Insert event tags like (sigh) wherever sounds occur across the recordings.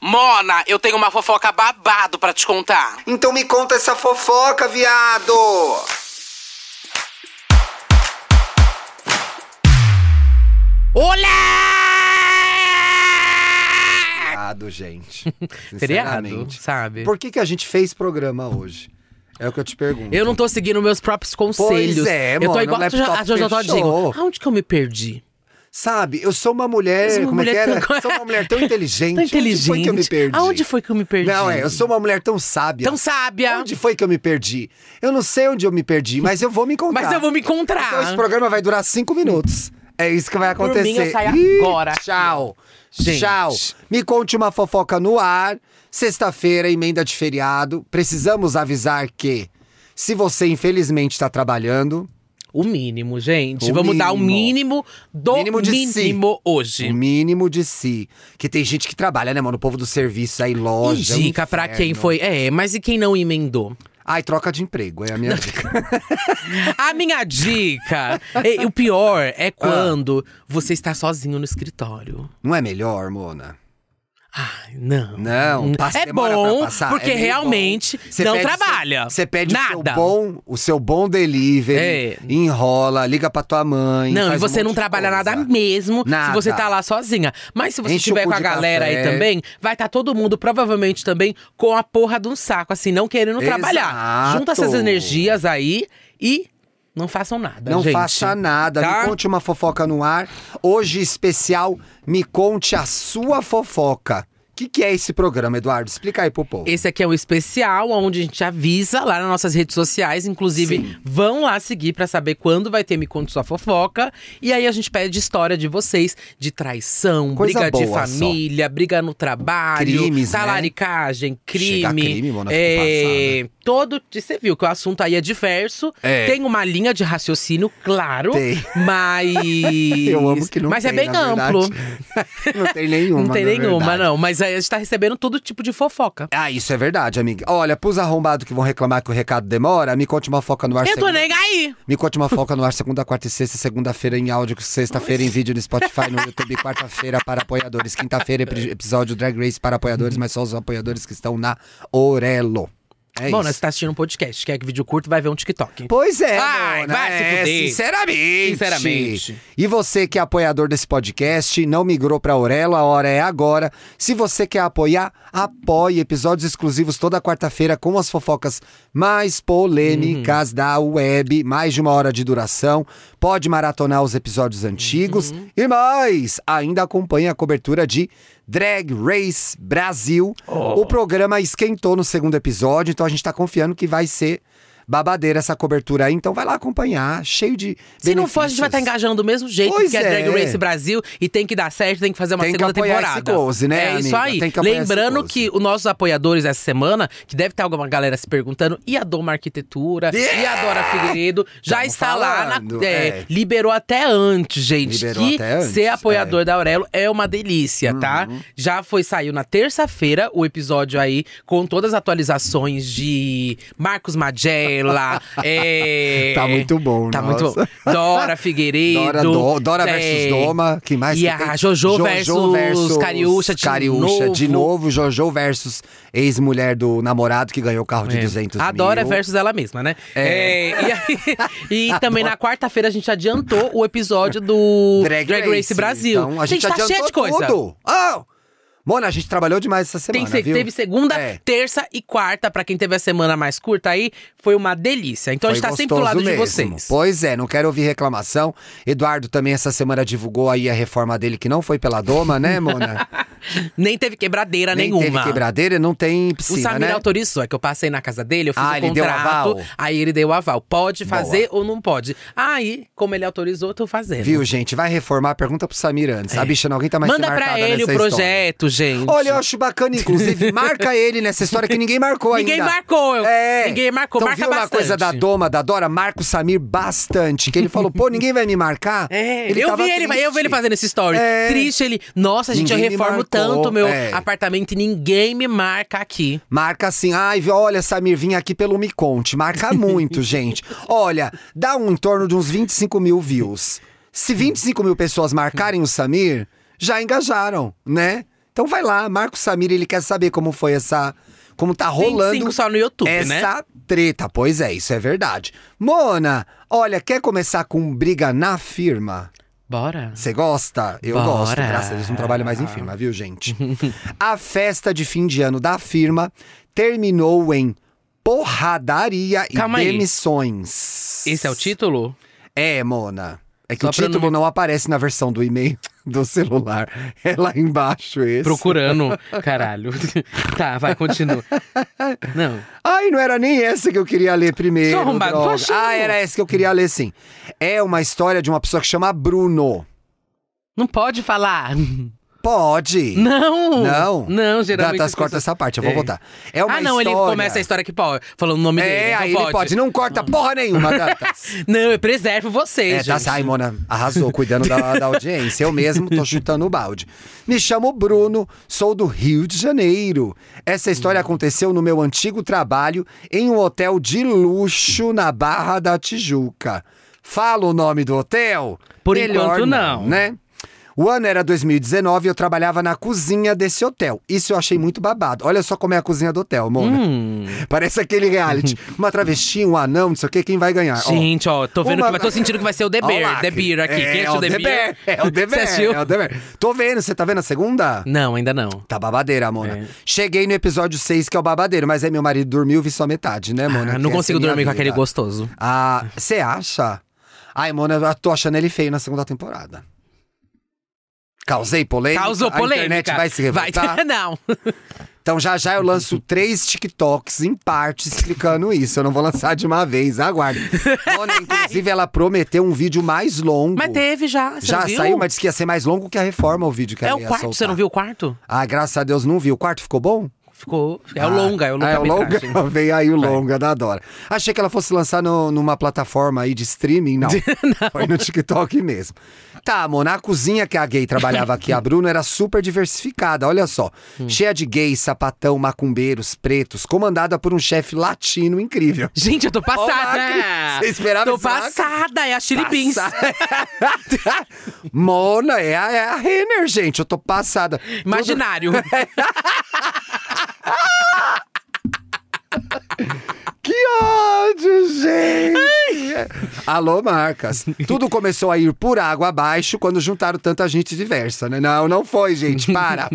Mona, eu tenho uma fofoca babado pra te contar. Então me conta essa fofoca, viado! Olá! (laughs) Viado, gente. Feriado, Sinceramente. sabe? Por que, que a gente fez programa hoje? É o que eu te pergunto. Eu não tô seguindo meus próprios conselhos. é, eu tô mano, igual o a Jo- a laptop Jojo fechou. Todinho. Aonde que eu me perdi? Sabe, eu sou uma mulher. Eu sou uma como mulher é que era? tão- Sou uma mulher tão inteligente. Tão Onde foi que eu me inteligente. perdi? Aonde foi que eu me perdi? Não, é, eu sou uma mulher tão sábia. Tão sábia. Onde foi que eu me perdi? Eu não sei onde eu me perdi, mas eu vou me encontrar. Mas eu vou me encontrar. Então esse programa vai durar cinco minutos. É isso que vai Por acontecer. mim, eu saio Ih, agora. Tchau. Gente. Tchau. Me conte uma fofoca no ar. Sexta-feira, emenda de feriado. Precisamos avisar que, se você infelizmente está trabalhando, O mínimo, gente. O Vamos dar o mínimo. mínimo do Mínimo mínimo, de si. hoje. o mínimo de si. Que tem gente que trabalha, né, mano? O povo do serviço aí, loja. E dica um pra inferno. quem foi. É, mas e quem não emendou? Ai, troca de emprego, é a minha dica. (laughs) A minha dica. e- e o pior Ah. é quando você está sozinho no escritório. Não é melhor, Mona? Ai, não. Não, passa, é demora pra bom, passar, porque é meio realmente bom. Você não pede o seu- trabalha. Você pede o seu Nada. bom, o seu bom delivery, É. enrola, liga pra tua mãe. Não, e faz um você monte não de trabalha coisa. nada mesmo Nada. se você tá lá sozinha. Mas se você Enche o estiver cu com a de galera aí café. também, vai estar todo mundo provavelmente também com a porra de um saco, assim, não querendo Exato. trabalhar. Junta essas energias aí e não façam nada. Não gente. faça nada, Tá? me conte uma fofoca no ar. Hoje especial, me conte a sua fofoca. O que, que é esse programa, Eduardo? Explica aí pro povo. Esse aqui é um especial onde a gente avisa lá nas nossas redes sociais. Inclusive, vão lá seguir pra saber quando vai ter Me Conte Sua Fofoca. E aí a gente pede história de vocês, de traição, Coisa briga de boa só. família, briga no trabalho, Crimes, né? salaricagem, crime. Chega a crime, mano, eu é, fico todo. Você viu que o assunto aí é diverso. É. Tem uma linha de raciocínio, claro. Tem. Mas. (laughs) Eu amo que não Mas é tem, bem na verdade. amplo. (laughs) não tem nenhuma, não tem na nenhuma, verdade. não. Mas aí a gente tá recebendo todo tipo de fofoca. Ah, isso é verdade, amiga. Olha, pros arrombados que vão reclamar que o recado demora, me conte uma fofoca no ar Eu tô segunda- nem aí. Me conte uma fofoca no ar segunda, quarta e sexta, segunda-feira em áudio, sexta-feira em vídeo no Spotify, no YouTube, quarta-feira para apoiadores, quinta-feira epi- episódio Drag Race para apoiadores, mas só os apoiadores que estão na Orelo. É Bom, isso. nós tá assistindo um podcast, quer que vídeo curto, vai ver um TikTok. Pois é, Ai, Mona, vai se é, fuder. Sinceramente. Sinceramente. E você que é apoiador desse podcast, não migrou pra Aurelo, a hora é agora. Se você quer apoiar, apoie episódios exclusivos toda quarta-feira com as fofocas mais polêmicas Uhum. da web, mais de uma hora de duração. Pode maratonar os episódios antigos Uhum. e mais, ainda acompanha a cobertura de Drag Race Brasil. Oh. O programa esquentou no segundo episódio, então a gente tá confiando que vai ser babadeira essa cobertura aí, então vai lá acompanhar, cheio de Se não for, a gente vai tá estar benefícios. engajando do mesmo jeito Pois que é é. Drag Race Brasil e tem que dar certo, tem que fazer uma Tem que segunda apoiar temporada. esse close, né, É isso amiga? aí. Tem que apoiar Lembrando esse close. que os nossos apoiadores essa semana, que deve ter alguma galera se perguntando, e a Doma Arquitetura, e a Dora Figueiredo, já Tamo está lá falando, na. é, é. Liberou até antes, gente. Liberou que até antes, ser apoiador da Aurelo é uma delícia, tá? Uhum. Já foi, saiu na terça-feira o episódio aí com todas as atualizações de Marcos Magela. (laughs) é, Tá muito bom, Tá nossa. muito bom. Dora Figueiredo. Dora, Do- Dora é, versus Doma, que mais E que a tem? Jojo, versus, Cariúcha de Cariúcha novo. de novo, Jojo versus ex-mulher do namorado que ganhou o carro de É. 200 mil. A Dora versus ela mesma, né? É. É, e aí- (laughs) e também na quarta-feira a gente adiantou o episódio do Drag, Race, Brasil. Então, a gente, tá adiantou cheio de coisa. tudo. Ah! Mona, a gente trabalhou demais essa Tem semana, se- viu? teve segunda, então É. terça e quarta. Pra quem teve a semana mais curta aí, foi uma delícia. Então a Foi gente tá sempre do gostoso lado de mesmo. vocês. Pois é, não quero ouvir reclamação. Eduardo também essa semana divulgou aí a reforma dele, que não foi pela Doma, (laughs) né, Mona? Nem teve quebradeira Nem nenhuma. teve quebradeira, não tem O piscina, Samir né? autorizou, é que eu passei na casa dele, eu fiz Ah, o ele deu contrato. aval? Aí ele deu o aval. Pode Boa. fazer ou não pode. Aí, como ele autorizou, eu tô fazendo. Viu, gente? Vai reformar, pergunta pro Samir antes. A bicha não aguenta mais Manda ser marcada pra ele o nessa história. projeto, gente. Olha, eu acho bacana, (laughs) inclusive, marca ele nessa história que ninguém marcou Ninguém ainda. marcou, eu- É. ninguém marcou, então, marca viu uma bastante. coisa da Doma, da Dora, marca o Samir bastante. Que ele falou, pô, ninguém vai me marcar. (laughs) É, Ele eu tava vi ele, triste. eu vi ele fazendo esse story. É. Triste ele. Nossa, gente, Ninguém me eu reformo marcou, tanto meu é. apartamento e ninguém me marca aqui. Marca assim, ai, vi- olha, Samir, vim aqui pelo Me Conte. Marca muito, gente. Olha, dá um em torno de uns 25 mil views. Se 25 mil pessoas marcarem o Samir, já engajaram, né? Então vai lá, Marcos Samir, ele quer saber como foi essa. Como tá rolando. 25 só no YouTube, né? Essa treta, pois é, isso é verdade. Mona, olha, quer começar com briga na firma? Bora. Você gosta? Eu Bora. gosto, graças a Deus, não trabalho mais em firma, (laughs) viu, gente? a festa de fim de ano da firma terminou em porradaria Calma e aí. demissões. Esse é o título? É, Mona. É que Só o pra eu não título me- não... aparece na versão do e-mail (laughs) do celular. É lá embaixo esse. (laughs) Procurando. Caralho. (laughs) tá, vai, continua. Não. Ai, não era nem essa que eu queria ler primeiro. Sou arrombado, tô droga. achando. Ah, era essa que eu queria ler sim. É uma história de uma pessoa que chama Bruno. Não pode falar. Pode. Não. Não. Não, geralmente. Datas, as corta pessoas- essa parte, eu vou É. voltar. É uma ah, não, ele história- começa a história que pode, falando o nome dele. então É, não aí ele pode. Não corta porra nenhuma, Datas. Não, eu preservo vocês. É, tá, gente. sai, Mona. Arrasou, cuidando da, da audiência. Eu mesmo tô chutando o balde. Me chamo Bruno, sou do Rio de Janeiro. Essa história Hum. aconteceu no meu antigo trabalho em um hotel de luxo na Barra da Tijuca. Fala o nome do hotel? Por enquanto, não. Né? O ano era 2019 e eu trabalhava na cozinha desse hotel. Isso eu achei muito babado. Olha só como é a cozinha do hotel, Mona. Hum. (laughs) Parece (laughs) aquele reality. Uma travesti, um anão, não sei o que, quem vai ganhar? Ó. Gente, ó, tô vendo Uma- que vai- tô sentindo que vai ser o The Ó Bear, lá, The que- Beer aqui. É, Quem é o assistiu The Bear? É o The (laughs) Você assistiu? Bear, é o The Bear. Tô vendo, você tá vendo a segunda? Não, ainda não. Tá babadeira, Mona. É. Cheguei no episódio 6, que é o babadeiro, mas aí meu marido dormiu, vi só metade, né, Mona? Ah, não Que essa é consigo minha dormir com aquele vida. gostoso. Ah, você acha? Ai, Mona, eu tô achando ele feio na segunda temporada. Causei polêmica? Causou polêmica. A internet vai se (laughs) revoltar? não. Então já já (laughs) eu lanço três TikToks em parte explicando isso. Eu não vou lançar de uma vez, aguarde. (laughs) Mona, inclusive, ela prometeu um vídeo mais longo. Mas teve já. Você Hum. Já não viu? saiu, mas disse que ia ser mais longo que a reforma o vídeo que É ela o ia quarto, soltar. você não viu o quarto? Ah, graças a Deus não viu. O quarto ficou bom? Ficou. É o longa, é o longa. Ah, é o longa. (laughs) metragem. Veio aí o longa da Dora. Achei que ela fosse lançar no- numa plataforma aí de (laughs) streaming, não. Foi no TikTok mesmo. Tá, Mona, a cozinha que a gay trabalhava aqui, a Bruno, era super diversificada, olha só. Hum. Cheia de gays, sapatão, macumbeiros, pretos, comandada por um chefe latino incrível. Gente, eu tô Ó, passada. Macri, você esperava Tô esse Macri? passada, é a Chili Beans. Passada. (laughs) Mona, é a, é a Renner, gente. Eu tô passada. Tudo- (laughs) Imaginário. É, Que ódio, gente! Alô, marcas. Tudo começou a ir por água abaixo quando juntaram tanta gente diversa, né? Não, não foi, gente, para.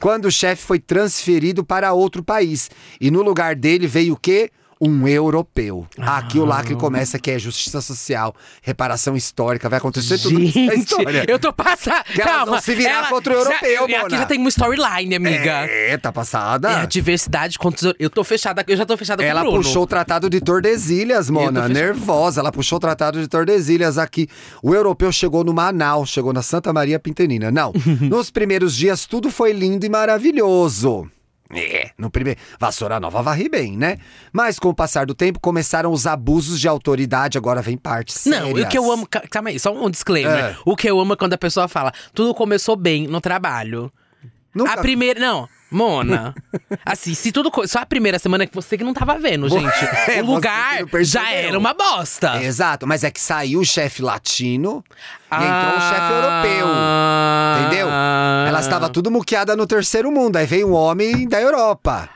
quando o chefe foi transferido para outro país. E no lugar dele veio o quê? Um europeu. Aqui Ah. o lacre começa, que é justiça social, reparação histórica. Vai acontecer tudo isso na Gente, história. eu tô passada. Que ela Calma. não se virar contra o europeu, já, é, Aqui Mona. já tem uma storyline, amiga. É, tá passada. É a diversidade contra os... Eu tô fechada, eu já tô fechada Ela com o Bruno. puxou o tratado de Tordesilhas, Mona. fechando. Nervosa. Ela puxou o tratado de Tordesilhas aqui. O europeu chegou no Manaus, chegou na Santa Maria Pintenina. (laughs) Não. Nos primeiros dias, tudo foi lindo e maravilhoso. É, no primeiro. Vassoura nova varre bem, né? Mas com o passar do tempo, começaram os abusos de autoridade. Agora vem parte Não, sérias. o que eu amo. ca- Calma aí, só um disclaimer. É. O que eu amo é quando a pessoa fala, tudo começou bem no trabalho. Nunca- A primeira. Não. (laughs) Mona, assim, se tudo. co- Só a primeira semana que você que não tava vendo, gente. (laughs) É, você que o não lugar já percebeu. era uma bosta. Exato, mas é que saiu o chefe latino e entrou o chefe europeu. Ah, Entendeu? Ela estava tudo muqueada no terceiro mundo. Aí veio um homem da Europa.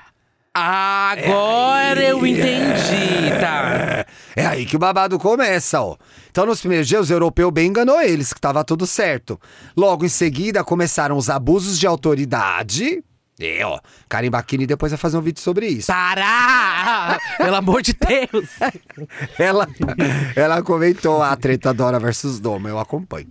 Agora eu entendi, tá? É aí que o babado começa, ó. Então, nos primeiros dias, o europeu bem enganou eles, que tava tudo certo. Logo em seguida, começaram os abusos de autoridade. É, ó. Karen Bacchini depois vai fazer um vídeo sobre isso. Pará! Pelo amor de Deus! (laughs) Ela, ela comentou a treta Dora versus Doma, eu acompanho.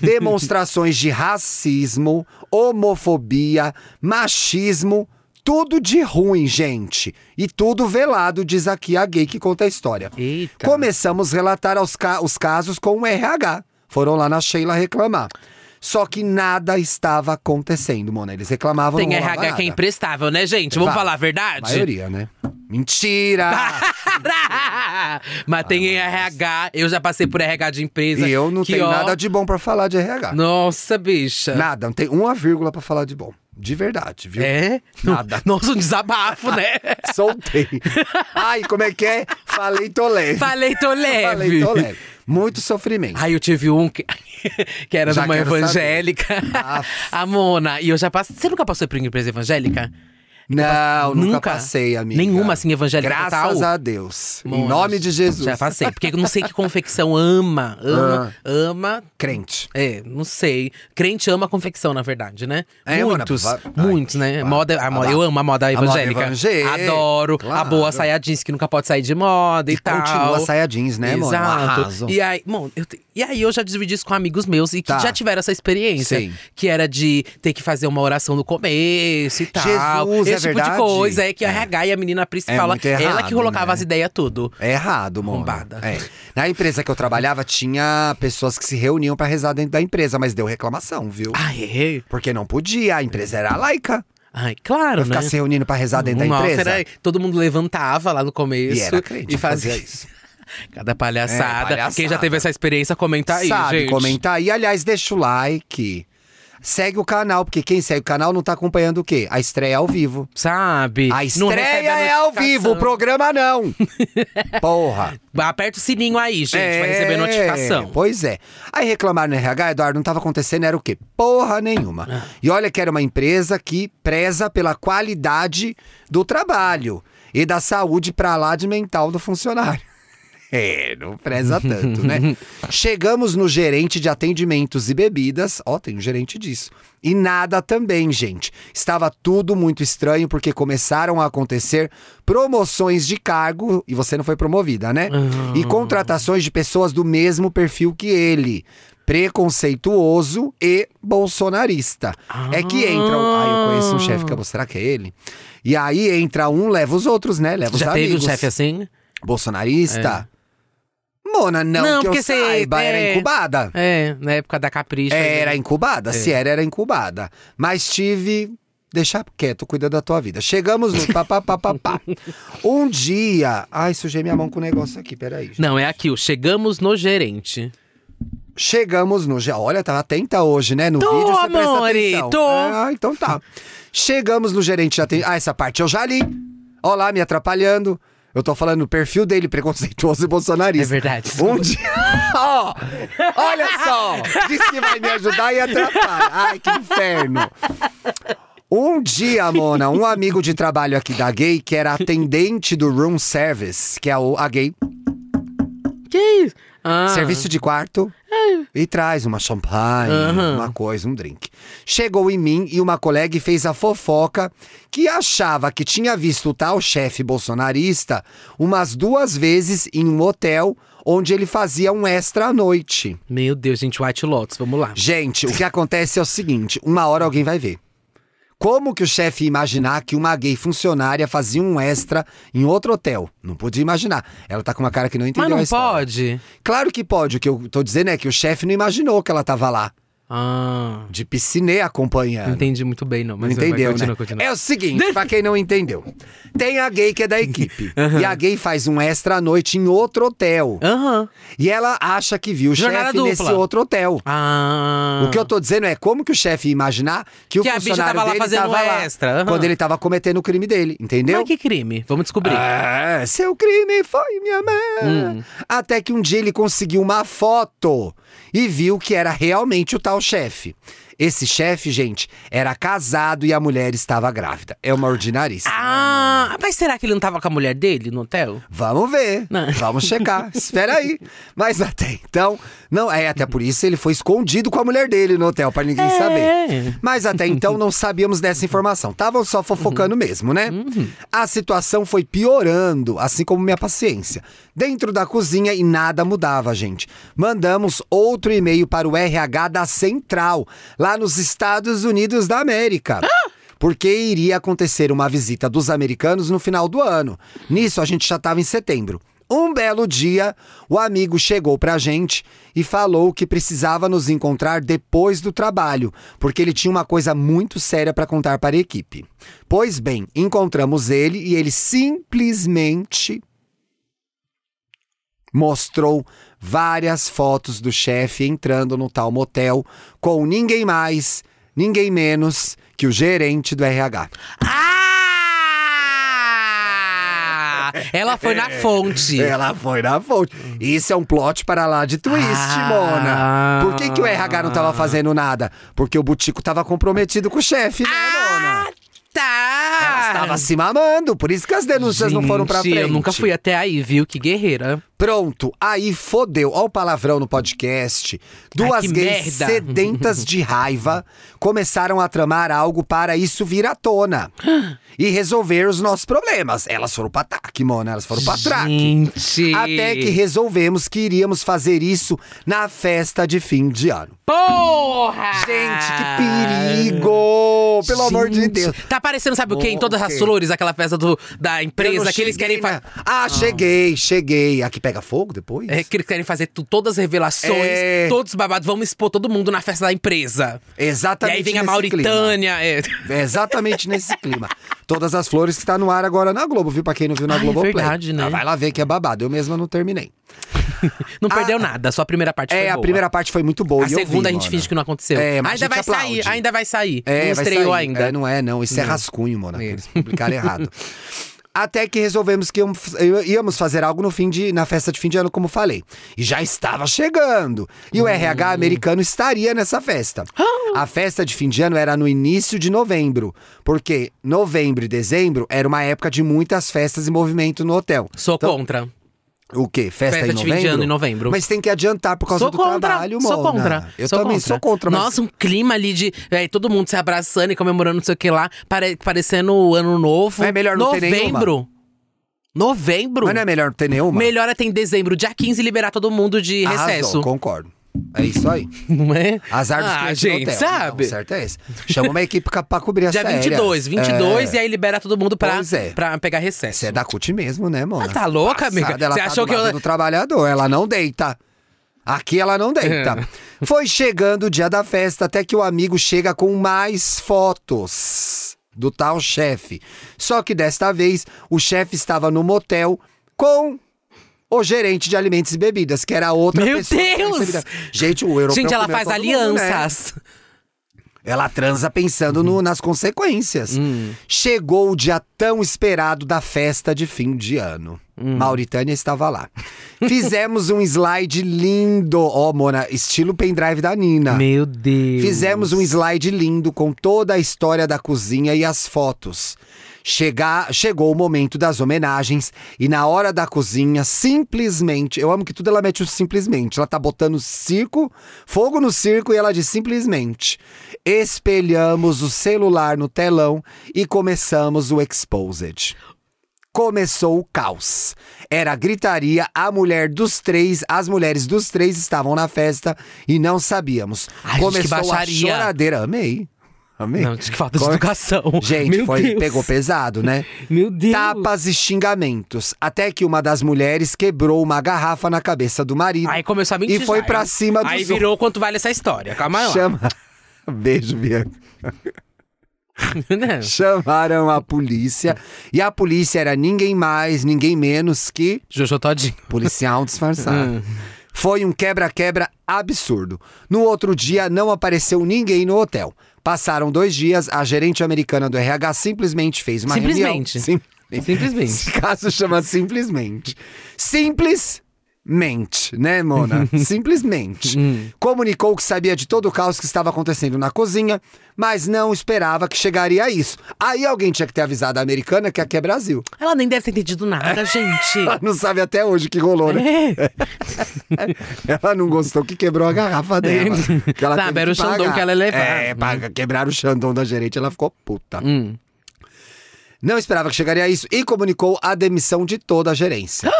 Demonstrações de racismo, homofobia, machismo, tudo de ruim, gente. E tudo velado, diz aqui a gay que conta a história. Eita. Começamos a relatar aos ca- os casos com o RH. Foram lá na Sheila reclamar. Só que nada estava acontecendo, Mona. Eles reclamavam Tem não rolava RH que é nada. imprestável, né, gente? Vamos Vai. falar a verdade? A maioria, né? Mentira! (laughs) Para! (laughs) Mas tem RH, eu já passei por RH de empresa. E eu não que, tenho ó, nada de bom pra falar de RH. Nossa, bicha. Nada, não tem uma vírgula pra falar de bom. De verdade, viu? um É? Nada. (laughs) Nossa, um desabafo, (laughs) né? (laughs) Soltei. Ai, como é que é? Falei, tô leve. Falei, tô leve. Falei, tô leve. Muito sofrimento. Aí eu tive um que, (laughs) que era Já de uma quero saber. evangélica. Aff. (laughs) a Mona. E eu já passei. Você nunca passou por uma empresa evangélica? Não, nunca, passei, amiga. Nenhuma, assim, evangélica Graças total? a Deus. em Mona, nome de Jesus. Ah. Já passei. Porque eu não sei que confecção ama. Ama, ama. Crente. É, não sei. Crente ama confecção, na verdade, né? É, mano, muitos, vai- muitos, vai, né? vai, moda, a vai moda- lá. eu amo a moda moda evangélica. evangélica, Adoro. A claro. boa saia jeans que nunca pode sair de moda e, E tal. continua saia jeans, né, mano? Exato. Arraso. E aí, bom, eu te- e aí eu já dividi isso com amigos meus e que Tá. já tiveram essa experiência. Sim. Que era de ter que fazer uma oração no começo e tal. Jesus, esse é tipo verdade? de coisa. É que a É. RH e a menina É principal, muito ela, ela errado, que colocava né? as ideias tudo. É errado, mano. Bombada. É. Na empresa que eu trabalhava, tinha pessoas que se reuniam pra rezar dentro da empresa, mas deu reclamação, viu? Ai, errei. Porque não podia, a empresa era laica. é? Ai, claro, Pra ficar né? se reunindo pra rezar Tá dentro da Nossa, empresa. era- né? todo mundo levantava lá no começo E era crente e que fazia fazia, isso. (laughs) Cada palhaçada. É, palhaçada. Quem já teve essa experiência, comenta Tá aí, Sabe gente. comentar. E aliás, deixa o like. Segue o canal, porque quem segue o canal não tá acompanhando o quê? A estreia ao vivo. Sabe? A Não recebe estreia a é ao vivo, o notificação. programa não. (laughs) Porra. É, Aperta o sininho aí, gente, pra receber notificação. Pois é. Aí reclamaram no RH, Eduardo, não tava acontecendo, era o quê? Porra nenhuma. Ah. E olha que era uma empresa que preza pela qualidade do trabalho e da saúde pra lá de mental do funcionário. (laughs) É, não preza tanto, né? Chegamos no gerente de atendimentos e bebidas. Ó, tem um gerente disso. E nada também, gente. Estava tudo muito estranho porque começaram a acontecer promoções de cargo e você não foi promovida, né? Ah. E contratações de pessoas do mesmo perfil que ele. Preconceituoso e bolsonarista. É que entra. um- Ah, eu conheço um chefe que eu vou. Será que é ele? E aí entra um, leva os outros, né? Leva os Já amigos. teve um chefe assim? Bolsonarista? Mona, não, Não, que eu porque você- saiba, era é. incubada. É, na época da Capricho. Era né? incubada, se era, era incubada. Mas tive... Deixar quieto, cuida da tua vida. Chegamos no (laughs) papapá. um dia... Ai, sujei minha mão com o negócio aqui, peraí. gente. Não, é aqui, o chegamos no gerente. Chegamos no... já- Olha, tava atenta hoje, né? No Tô, vídeo você presta amore, atenção. tô. Ah, então tá. Chegamos no gerente de atendimento. Ah, essa parte eu já li. Olá, me atrapalhando. Eu tô falando do perfil dele, preconceituoso e bolsonarista. É verdade. Um dia. (laughs) Ó! olha só! Disse que vai me ajudar e atrapalha. Ai, que inferno! Um dia, Mona, um amigo de trabalho aqui da gay, que era atendente do room service, que é o- a gay, Que isso? Ah. serviço de quarto, e traz uma champanhe, Aham. uma coisa, um drink. Chegou em mim e uma colega e fez a fofoca que achava que tinha visto o tal chefe bolsonarista umas duas vezes em um hotel onde ele fazia um extra à noite. Meu Deus, gente, White Lotus, vamos lá. Gente, o que acontece é o seguinte: uma hora alguém vai ver. Como que o chefe ia imaginar que uma gay funcionária fazia um extra em outro hotel? Não podia imaginar. Ela tá com uma cara que não entendeu Mas a não história. pode? Claro que pode. O que eu tô dizendo é que o chefe não imaginou que ela tava lá, Ah. de piscinê acompanhando. Não entendi muito bem, não. Não Mas Entendeu, vai, continua, né? continua. É o seguinte, pra quem não entendeu. Tem a gay que é da equipe. E a gay faz um extra à noite em outro hotel. Aham. E ela acha que viu o Jornada chefe nesse dupla. outro hotel. Ah. O que eu tô dizendo é como que o chefe ia imaginar que o Que a bicha funcionário tava lá dele fazendo um tava lá extra, aham. quando ele tava cometendo o crime dele, entendeu? Mas que crime? Vamos descobrir. Ah, seu crime foi minha mãe. Até que um dia ele conseguiu uma foto e viu que era realmente o tal chefe. Esse chefe, gente, era casado e a mulher estava grávida. É uma ordinarista. Ah, mas será que ele não tava com a mulher dele no hotel? Vamos ver. Não. Vamos checar. Espera aí. Mas até então, não, é até por isso ele foi escondido com a mulher dele no hotel pra ninguém É. saber. Mas até então não sabíamos dessa informação. Estavam só fofocando mesmo, né? A situação foi piorando, assim como minha paciência. Dentro da cozinha e nada mudava, gente. Mandamos outro e-mail para o RH da Central, lá nos Estados Unidos da América porque iria acontecer uma visita dos americanos no final do ano. Nisso a gente já estava em setembro. Um belo dia, o amigo chegou pra gente e falou que precisava nos encontrar depois do trabalho, porque ele tinha uma coisa muito séria pra contar para a equipe. Pois bem, encontramos ele e ele simplesmente mostrou várias fotos do chefe entrando no tal motel com ninguém mais, ninguém menos que o gerente do RH. Ah! Ela foi na fonte. É. Ela foi na fonte. Isso é um plot para lá de twist, Ah. Mona. Por que, que o RH não tava fazendo nada? Porque o Butico tava comprometido com o chefe, né, Ah! Mona? Ela Tá! estava se mamando, por isso que as denúncias não foram pra Gente, frente. Eu nunca fui até aí, viu? Que guerreira. Pronto, aí fodeu. Olha o palavrão no podcast. Duas que gays merda. sedentas de raiva começaram a tramar algo para isso vir à (gasps) tona e resolver os nossos problemas. Elas foram pra ataque, Mona, elas foram pra traque. Gente! Até que resolvemos que iríamos fazer isso na festa de fim de ano. Porra! Gente, que perigo! Pelo amor de Ah. Gente, Deus. Tá parecendo, sabe o quê? Em todas as Ok. flores, aquela festa do, da Eu empresa não que eles querem cheguei fazer. na- Ah, cheguei, cheguei. Aqui pega fogo depois? É que eles querem fazer tu- todas as revelações, É. todos os babados, vamos expor todo mundo na festa da empresa. E Exatamente. aí vem a nesse clima. Mauritânia. É. (laughs) É exatamente nesse clima. Todas as flores que está no ar agora na Globo, viu? Pra quem não viu na Ai, é Globo verdade, né? Vai lá ver que é babado. Eu mesma não terminei. Não perdeu nada, só a primeira parte foi Ah, É, a boa. primeira parte foi muito boa. A e eu segunda a vi, gente Mona. finge que não aconteceu. É, mas ainda a vai gente aplaude. sair, ainda vai sair. É, não vai estreou sair. ainda. É, não é, não. Isso é rascunho, Mona. que Eles publicaram (laughs) errado. Até que resolvemos que íamos- íamos fazer algo no fim de, na festa de fim de ano, como falei. E já estava chegando. E o RH Hum. americano estaria nessa festa. (gasps) A festa de fim de ano era no início de novembro. Porque novembro e dezembro era uma época de muitas festas e movimento no hotel. Sou Então, contra. O quê? Festa, Festa em de fim de novembro? ano em novembro. Mas tem que adiantar por causa sou do contra, trabalho, Mona. sou contra. Eu sou também contra. sou contra. mas- Nossa, um clima ali de é, todo mundo se abraçando e comemorando não sei o que lá, pare- parecendo o ano novo. É melhor não ter Novembro. nenhuma. Novembro. Mas não é melhor não ter nenhuma? Melhor é ter em dezembro, dia 15, liberar todo mundo de Arrasou, recesso. concordo. É isso aí. Não é? As árvores ah, que gente, Não, sabe? o certo é esse. Chama uma equipe pra- pra cobrir (laughs) essa dia 22, 22 e aí libera todo mundo pra, É. Pois é. pra pegar recesso. Você é da CUT mesmo, né, mano? Ah, tá louca, amiga? Ela Você tá achou do que eu- lado do trabalhador, ela não deita. Aqui ela não deita. É. (laughs) Foi chegando o dia da festa até que o amigo chega com mais fotos do tal chefe. Só que desta vez o chefe estava no motel com o gerente de alimentos e bebidas, que era outra Meu pessoa. que Deus! recebia- Gente, o europeu Gente, ela comeu faz todo mundo, né? alianças. Ela transa pensando no- nas consequências. Uhum. Chegou o dia tão esperado da festa de fim de ano. Mauritânia estava lá. Fizemos um slide lindo, ó, Mona, estilo pendrive da Nina. Meu Deus. tá. Fizemos um slide lindo com toda a história da cozinha e as fotos. Chegar, chegou o momento das homenagens e na hora da cozinha, simplesmente, eu amo que tudo ela mete o simplesmente. Ela tá botando circo, fogo no circo e ela diz simplesmente. Espelhamos o celular no telão e começamos o exposed. Começou o caos. Era gritaria, a mulher dos três, as mulheres dos três estavam na festa e não sabíamos. Ai, gente, que Começou a baixaria. choradeira. Amei. Amei. Não, diz que falta de Come- educação. é? Gente, Meu foi, Deus. pegou pesado, né? Meu Deus. Tapas e xingamentos. Até que uma das mulheres quebrou uma garrafa na cabeça do marido. Aí começou a mentir. E foi já, pra hein? cima do Aí virou quanto vale essa história. Calma lá. Chama... (laughs) Beijo, Bianca. (laughs) Né? Chamaram a polícia. E a polícia era ninguém mais, ninguém menos que. Jojo Todinho. Policial Hum. disfarçado. Foi um quebra-quebra absurdo. No outro dia, não apareceu ninguém no hotel. Passaram dois dias, a gerente americana do RH simplesmente fez uma Simplesmente. reunião. Sim- Simplesmente. Esse caso chama simplesmente. Simplesmente, (laughs) né, Mona? Simplesmente. Hum. Comunicou que sabia de todo o caos que estava acontecendo na cozinha, mas não esperava que chegaria a isso. Aí alguém tinha que ter avisado a americana que aqui é Brasil. Ela nem deve ter entendido (laughs) nada, gente. Ela não sabe até hoje o que rolou, né? É. Ela não gostou que quebrou a garrafa dela. que ela Sabe, teve era o que Xandão pagar. que ela ia levar. É, paga, quebraram o Xandão da gerente, ela ficou puta. Hum. Não esperava que chegaria a isso e comunicou a demissão de toda (gasps) a gerência.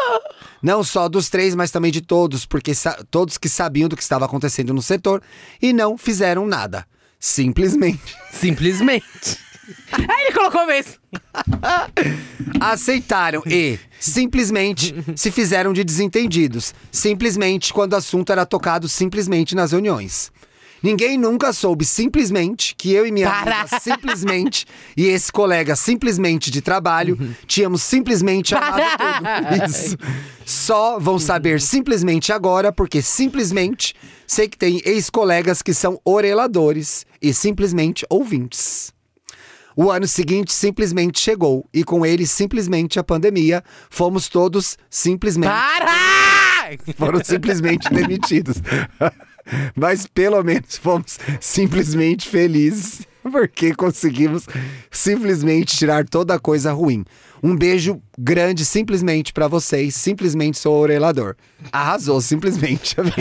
Não só dos três, mas também de todos, porque sa- todos que sabiam do que estava acontecendo no setor e não fizeram nada. Simplesmente Simplesmente. (laughs) Aí ele colocou mesmo. aceitaram e simplesmente se fizeram de desentendidos. Simplesmente quando o assunto era tocado simplesmente nas reuniões. Ninguém nunca soube simplesmente que eu e minha Para. amiga simplesmente e esse colega simplesmente de trabalho tínhamos simplesmente amado tudo. Isso. Só vão saber simplesmente agora, porque simplesmente sei que tem ex-colegas que são oreladores e simplesmente ouvintes. O ano seguinte simplesmente chegou e com ele simplesmente a pandemia. Fomos todos simplesmente Para! (laughs) foram simplesmente demitidos. (laughs) Mas pelo menos fomos simplesmente felizes (laughs) porque conseguimos simplesmente tirar toda a coisa ruim. Um beijo grande simplesmente pra vocês, simplesmente sou orelador. Arrasou simplesmente (laughs) a mim.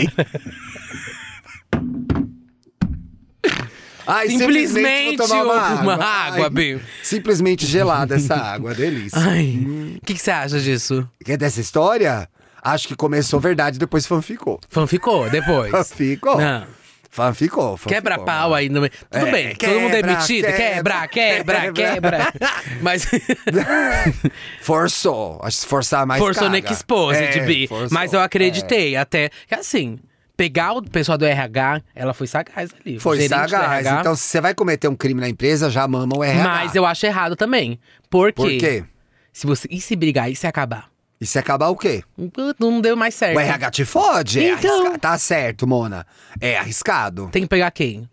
Ai, Simplesmente vou tomar uma água, Ai, Bi. Simplesmente gelada essa água, delícia. Ai, o que que você acha disso? Quer dessa história? Acho que começou verdade, depois fanficou. Fanficou depois. Fanficou. Não. Fanficou. Quebra pau aí. No... Tudo É, bem, todo mundo é quebra, demitido. Quebra, quebra, quebra. quebra. (laughs) Mas (laughs) Forçou. Acho que forçar mais forçou no caga. Exposed, É, Bi. forçou. É. Mas eu acreditei até. Que assim, pegar o pessoal do RH, ela foi sagaz ali. É. o Foi gerente do sagaz. RH. Então, se você vai cometer um crime na empresa, já mama o RH. Mas eu acho errado também. Por quê? Por quê? Se você... E se brigar e se acabar? E se acabar o quê? Não deu mais certo. O RH te fode? É É. Então. arrisca- Tá certo, Mona. É arriscado. Tem que pegar quem?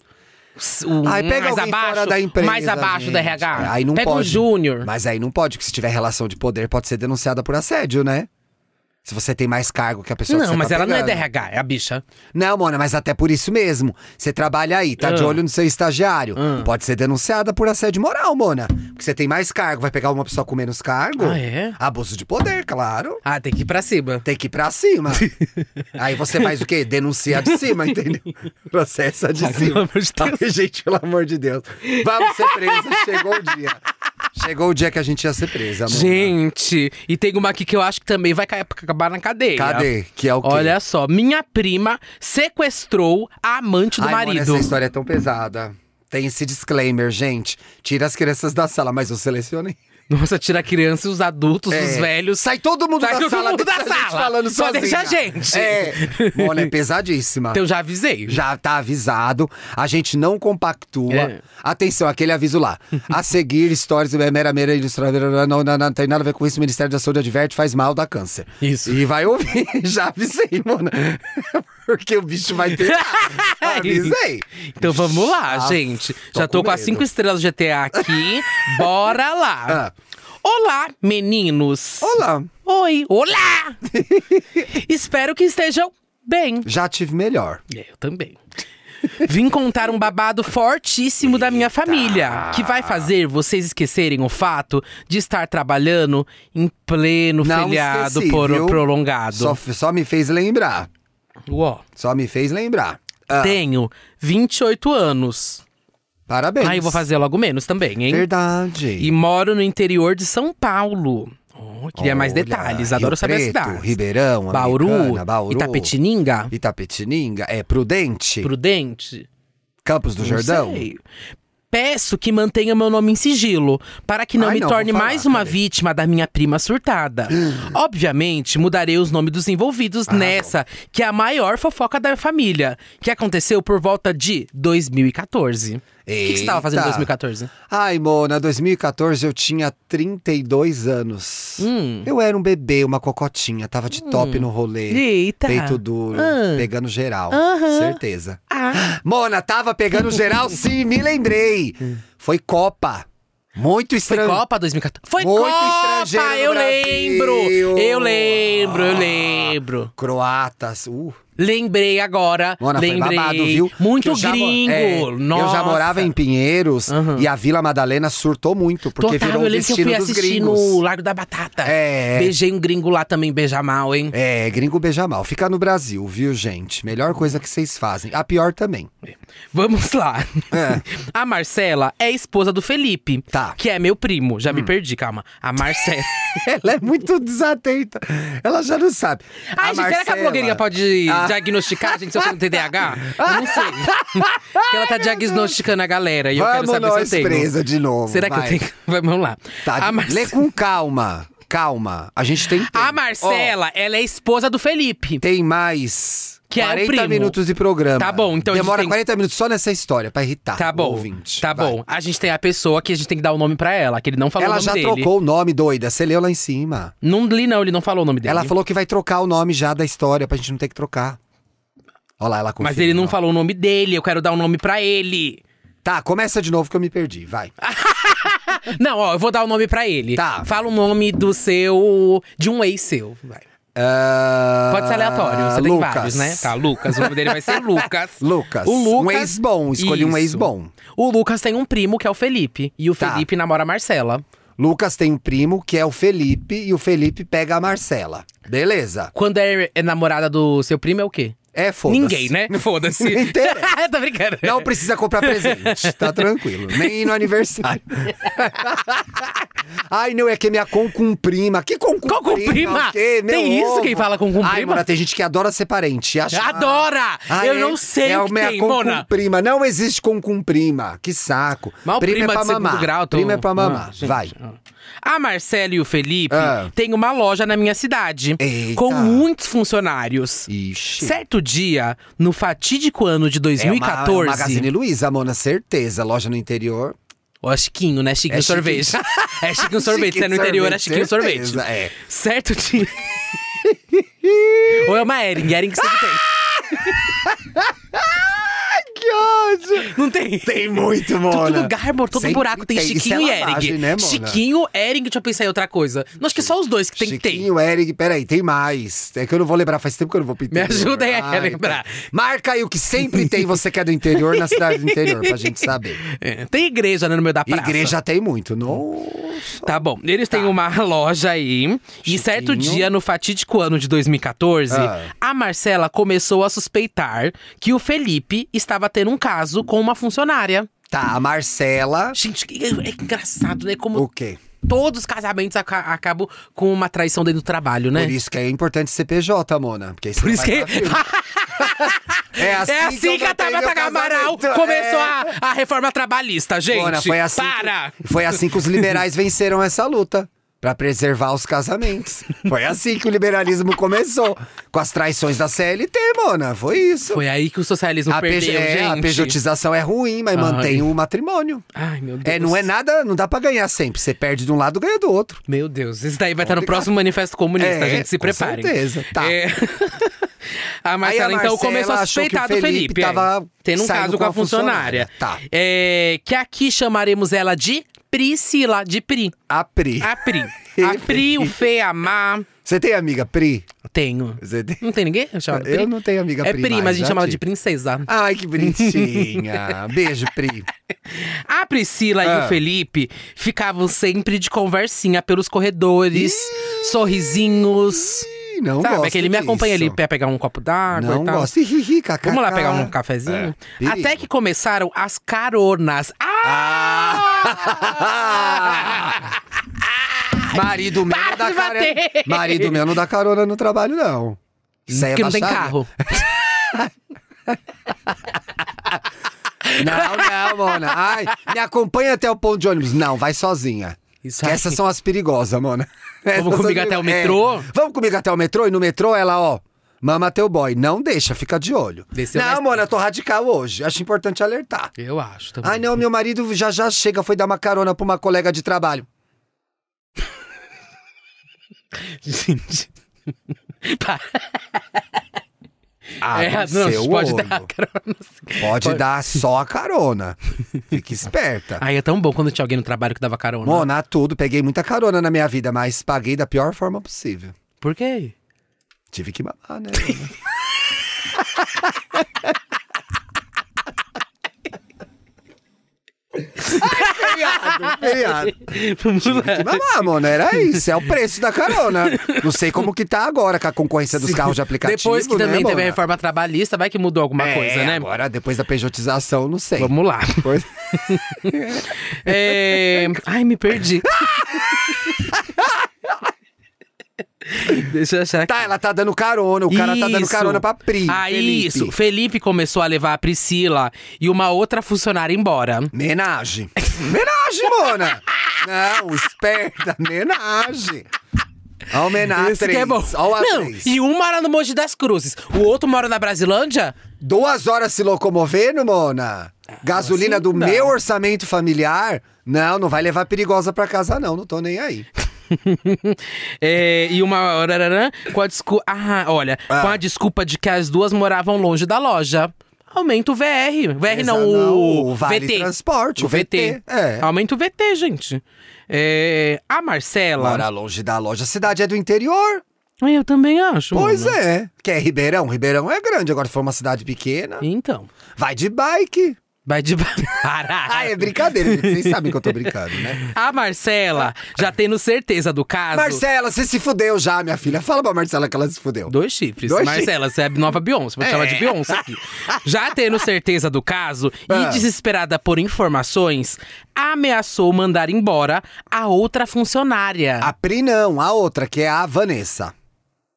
O um Aí pega mais alguém abaixo, fora da empresa. Mais abaixo gente. do RH. Aí não pega pode. o Júnior. Mas aí não pode, porque se tiver relação de poder, pode ser denunciada por assédio, né? Se você tem mais cargo que a pessoa que Não, você mas tá ela não é pegando. da RH, é a bicha. Não, Mona, mas até por isso mesmo. Você trabalha aí, tá de Ah. olho no seu estagiário. Ah. Pode ser denunciada por assédio moral, Mona. Porque você tem mais cargo. Vai pegar uma pessoa com menos cargo? Ah, é? Abuso de poder, claro. Ah, tem que ir pra cima. Tem que ir (laughs) pra cima. aí você faz o quê? Denuncia de cima, (laughs) entendeu? Processa de Ai, cima. pelo amor de Deus. Ai, gente, pelo amor de Deus. Vamos ser presos. Chegou o dia. Chegou o dia que a gente ia ser presa, Mona. Gente, e tem uma aqui que eu acho que também vai ca- acabar na cadeia. Cadê? Que é o quê? Olha só, minha prima sequestrou a amante do Ai, Mona, marido. essa história é tão pesada. Tem esse disclaimer, gente. Tira as crianças da sala, mas eu selecionei. Nossa, tira a criança, os adultos, os É. velhos. Sai todo mundo Sai da todo sala. mundo deixa da a gente sala. Falando Só sozinha. deixa a gente. É. Mona, é pesadíssima. Então eu já avisei. Já tá avisado. A gente não compactua. É. Atenção, aquele aviso lá. A seguir, stories é mera mera ilustrada. Não, não, não tem nada a ver com isso. O Ministério da Saúde adverte, faz mal, dá câncer. Isso. E vai ouvir. (laughs) Já avisei, Mona. Porque o bicho (laughs) vai ter. avisei. Então vamos lá, Ah, gente. tô Já tô com com, as medo. cinco estrelas do GTA (laughs) aqui. Bora lá. Ah. Olá, meninos. Olá. Oi. (laughs) Olá! Espero que estejam bem. Já tive melhor. É, eu também. Vim contar um babado fortíssimo da minha família, que vai fazer vocês esquecerem o fato de estar trabalhando em pleno Não feriado esqueci, por- viu? prolongado. Só, só me fez lembrar. Uó. Só me fez lembrar. Ah, Tenho 28 anos. Parabéns. Aí eu vou fazer logo menos também, hein? Verdade. E moro no interior de São Paulo. Oh, queria mais Olha, detalhes, adoro Rio saber Preto, a cidade. Ribeirão, Bauru, Americana, Bauru, Itapetininga, Itapetininga, é Prudente, Prudente. Campos do não Jordão. sei. Peço que mantenha meu nome em sigilo, para que não Ai, me não, vou torne falar mais uma também. vítima da minha prima (gasps) surtada. Obviamente, mudarei os nomes dos envolvidos Ah, nessa, que é a maior fofoca da família, que aconteceu por volta de 2014. O que que você estava fazendo em Eita. 2014? Ai, Mona, 2014 eu tinha 32 anos. Hum. Eu era um bebê, uma cocotinha, tava de top no rolê. Eita! Peito duro, Ah. pegando geral, Aham. certeza. Ah. Mona, tava (laughs) pegando geral, sim, me lembrei. Foi Copa. Muito Hum. Foi estranho. Copa 2014. Foi Muito Copa! estrangeiro Eu no Brasil. lembro! Eu lembro, eu lembro. Croatas. Uh. Lembrei agora. Mona, foi lembrei. babado, viu? Que Muito eu já mo- gringo. É, Nossa. Eu já morava em Pinheiros Aham. e a Vila Madalena surtou muito, porque Total, virou eu um lembro que eu fui destino dos assistir no gringos. Largo da Batata. É. Beijei um gringo lá também, beijar mal, hein? É, gringo beija mal. Fica no Brasil, viu, gente? Melhor coisa que vocês fazem. A pior também. (laughs) Vamos lá. É. (laughs) A Marcela é esposa do Felipe. Tá. Hum. Que é meu primo. Já me perdi, calma. A (laughs) Marcela. Ela é muito desatenta. Ela já não sabe. Ai, gente, será que a Marcela- blogueirinha pode Ah. diagnosticar, gente, se eu tenho TDAH? Eu não sei. (laughs) Porque ela tá diagnosticando a galera e eu quero Vamos saber nós se eu tenho. presa de novo. Será vai. que eu tenho? (laughs) Vamos lá. Tá, a, Marce- Lê com calma. Calma. A gente tem tempo. a Marcela, ela é esposa do Felipe. Ó, tem mais Que é o 40 primo. minutos de programa. Tá bom, então a gente Demora tem- 40 minutos só nessa história, pra irritar Tá o bom. Ah, ouvinte. Tá Vai. bom. A gente tem a pessoa que a gente tem que dar o nome pra ela, que ele não falou o Ela nome já dele. trocou o nome, doida. Você leu lá em cima. Não li, não, ele não falou o nome dele. Ela falou que vai trocar o nome já da história, pra gente não ter que trocar. Olha lá, ela Mas conferindo, ele não ó. falou o nome dele, eu quero dar o nome pra ele. Tá, começa de novo que eu me perdi, vai. Não, ó, eu vou dar o nome pra ele. Tá. Fala o nome do seu. de um ex seu. Vai. Ah, Pode ser aleatório, você tem Lucas. vários, né? Tá, Lucas. O nome dele (laughs) vai ser Lucas. Lucas. O Lucas. Um ex bom, escolhi um ex Isso. bom. O Lucas tem um primo que é o Felipe. E o Tá. Felipe namora a Marcela. Lucas tem um primo que é o Felipe e o Felipe pega a Marcela. Beleza. Quando é, é namorada do seu primo, é o quê? É foda. Ninguém, né? (laughs) Foda-se. Não interessa. (laughs) Tô brincando. Não precisa comprar presente, (laughs) tá tranquilo. Nem ir (laughs) no aniversário. Ai, não, é que é minha concumprima. Que concumprima? Concumprima? o quê? Meu Tem isso ovo. quem fala concumprima? Ai, Mona, tem gente que adora ser parente. Acha... Adora! Ah, eu é? não sei é o que minha tem, Mona. concumprima. Não existe concumprima. Que saco. Mas o prima é prima pra de segundo mamar. grau, tô- Prima é pra Ah, mamar. gente. Vai. A Marcela e o Felipe Ah. têm uma loja na minha cidade. Eita. Com muitos funcionários. Ixi. Certo dia, no fatídico ano de É uma- 2014. É uma Magazine Luiza, Mona, certeza. Loja no interior. Ó, chiquinho, né? Chiquinho É sorvete. (laughs) chiquinho. é chiquinho sorvete. Se é no Chiquinho interior, é sorvete, chiquinho sorvete. certeza, é. Certo (laughs) dia. Ou é uma Ering, Ering sempre tem. Que ódio! Não tem? Tem muito, Todo Mona. lugar, amor, todo Sempre buraco tem, Isso Chiquinho é e Ering. lavagem, Né, Mona? chiquinho, Ering, deixa eu pensar em outra coisa. Não, acho que só os dois que tem que ter. Chiquinho, Eric, peraí, tem mais. É que eu não vou lembrar, faz tempo que eu não vou pro Me interior. ajuda aí a Ai, lembrar. tá. Marca aí o que sempre tem você que é do interior na cidade do interior, pra gente (laughs) saber. É, Tem igreja né, no meio da praça. Igreja tem muito. Nossa. Tá bom. Eles têm uma loja aí. E certo dia, no fatídico ano de 2014, Ah. a Marcela começou a suspeitar que o Felipe estava tendo um caso com uma funcionária. Tá, a Marcela. Gente, que- é engraçado, né? Como O quê? todos os casamentos aca- acabam com uma traição dentro do trabalho, né? Por isso que é importante ser PJ, Mona. Porque aí você Por não isso vai (laughs) que. dar filho. (laughs) É (laughs) assim, é assim que eu a tratei meu Tabata Amaral casamento. começou É. a, a reforma trabalhista, gente. Mona, foi assim Para! Que, foi assim que os liberais venceram essa luta. Pra preservar os casamentos. Foi assim que o liberalismo começou. Com as traições da CLT, Mona. Foi isso. Foi aí que o socialismo a, perdeu, PJ é, a gente. pejotização é ruim, mas Ai. mantém o matrimônio. Ai, meu Deus. É, não é nada, não dá pra ganhar sempre. Você perde de um lado, ganha do outro. Meu Deus, isso daí vai estar no próximo Manifesto Comunista, É, gente. Se com preparem. certeza, tá. É. (laughs) A Aí Marcela, a então, Marcela começou a achou que o suspeitar do Felipe. Felipe tava é. Tendo um saindo caso com a funcionária. funcionária, tá. É, que aqui chamaremos ela de Priscila, de Pri. A Pri. A Pri. (laughs) A Pri, o Fê, a Má. Você tem amiga Pri? Tenho. Você tem- Não tem ninguém chamado Pri? Eu não tenho amiga É Pri Pri, mas a mais, gente já chama ela de tive. princesa. Ai, (laughs) que bonitinha. Beijo, Pri. A Priscila e Ah. o Felipe ficavam sempre de conversinha pelos corredores, sorrisinhos. Ih, Não Sabe, gosto é que ele me disso. acompanha ali pra pegar um copo d'água Não e tal. gosto. Ih, hi, hi, cacá, Vamos lá pegar um cacá. cafezinho? É, Até perigo. que começaram as caronas. Ah! Marido meu Para não dá de bater! carona. Marido meu não dá carona no trabalho, não. Isso aí é Porque não tem baixaria. carro. Não, não, Mona. Ai, me acompanha até o ponto de ônibus. Não, vai sozinha. Isso é Que aí. Essas são as perigosas, Mona. Essas são comigo as até o perigosas. metrô? É. Vamos comigo até o metrô e no metrô ela, ó, mama teu boy. Não deixa, fica de olho. Desceu mais não, Mona, eu tô radical hoje. Acho importante alertar. Eu acho também. Ai, não, meu marido já já chega, foi dar uma carona pra uma colega de trabalho. (laughs) Gente. Para. Ah, É, com não, a seu gente pode olho. dar carona. assim. Pode, dar só a carona. (laughs) Fique esperta. Ai, é tão bom quando tinha alguém no trabalho que dava carona. Mona, tudo. Peguei muita carona na minha vida, mas paguei da pior forma possível. Por quê? Tive que mamar, né? Ai, feriado, feriado. Vamos Que lá. mamar, mano, era isso, é o preço da carona. Não sei como que tá agora com a concorrência dos carros de aplicativo, Depois que né, também teve a Mona? reforma trabalhista, vai que mudou alguma É, coisa, né? Agora, depois da pejotização, não sei. Vamos lá. Depois- É... Ai, me perdi. Deixa eu achar. Tá, ela tá dando carona, o cara tá dando Isso. carona pra Pri, Aí Felipe. isso. Felipe começou a levar a Priscila e uma outra funcionária embora. Menagem. Menagem, Mona! Não, esperta, menagem. Ó, o menagem. Esse que é bom. Ó, o Não, atriz. e um mora no Mogi das Cruzes, o outro mora na Brasilândia. (laughs) Duas horas se locomovendo, Mona? Gasolina assim do não. meu orçamento familiar? Não, não vai levar perigosa pra casa, não. Não tô nem aí. É, e uma com a desculpa. Ah, olha, Ah. com a desculpa de que as duas moravam longe da loja. Aumenta o VR. VR Exa- É, não, não, o, o Vale VT. Transporte, o Ah, o VT. VT, é. Aumenta o VT, gente. É, a Marcela. Mora longe da loja. A cidade é do interior? Ai, Eu também acho. Pois mano. é. Que é Ribeirão. Ribeirão é grande. Agora, se for uma cidade pequena, Então. vai de bike. Vai de. Ah, é (laughs) Caralho. brincadeira. gente. Vocês sabem que eu tô brincando, né? A Marcela, já tendo certeza do caso. Marcela, você se fudeu já, minha filha. Fala pra Marcela que ela se fudeu. Dois chifres. Dois Marcela, você é a nova Beyoncé. Vou te É. chamar de Beyoncé (laughs) aqui. Já tendo certeza do caso Ah. e desesperada por informações, ameaçou mandar embora a outra funcionária. A Pri não, a outra, que é a Vanessa.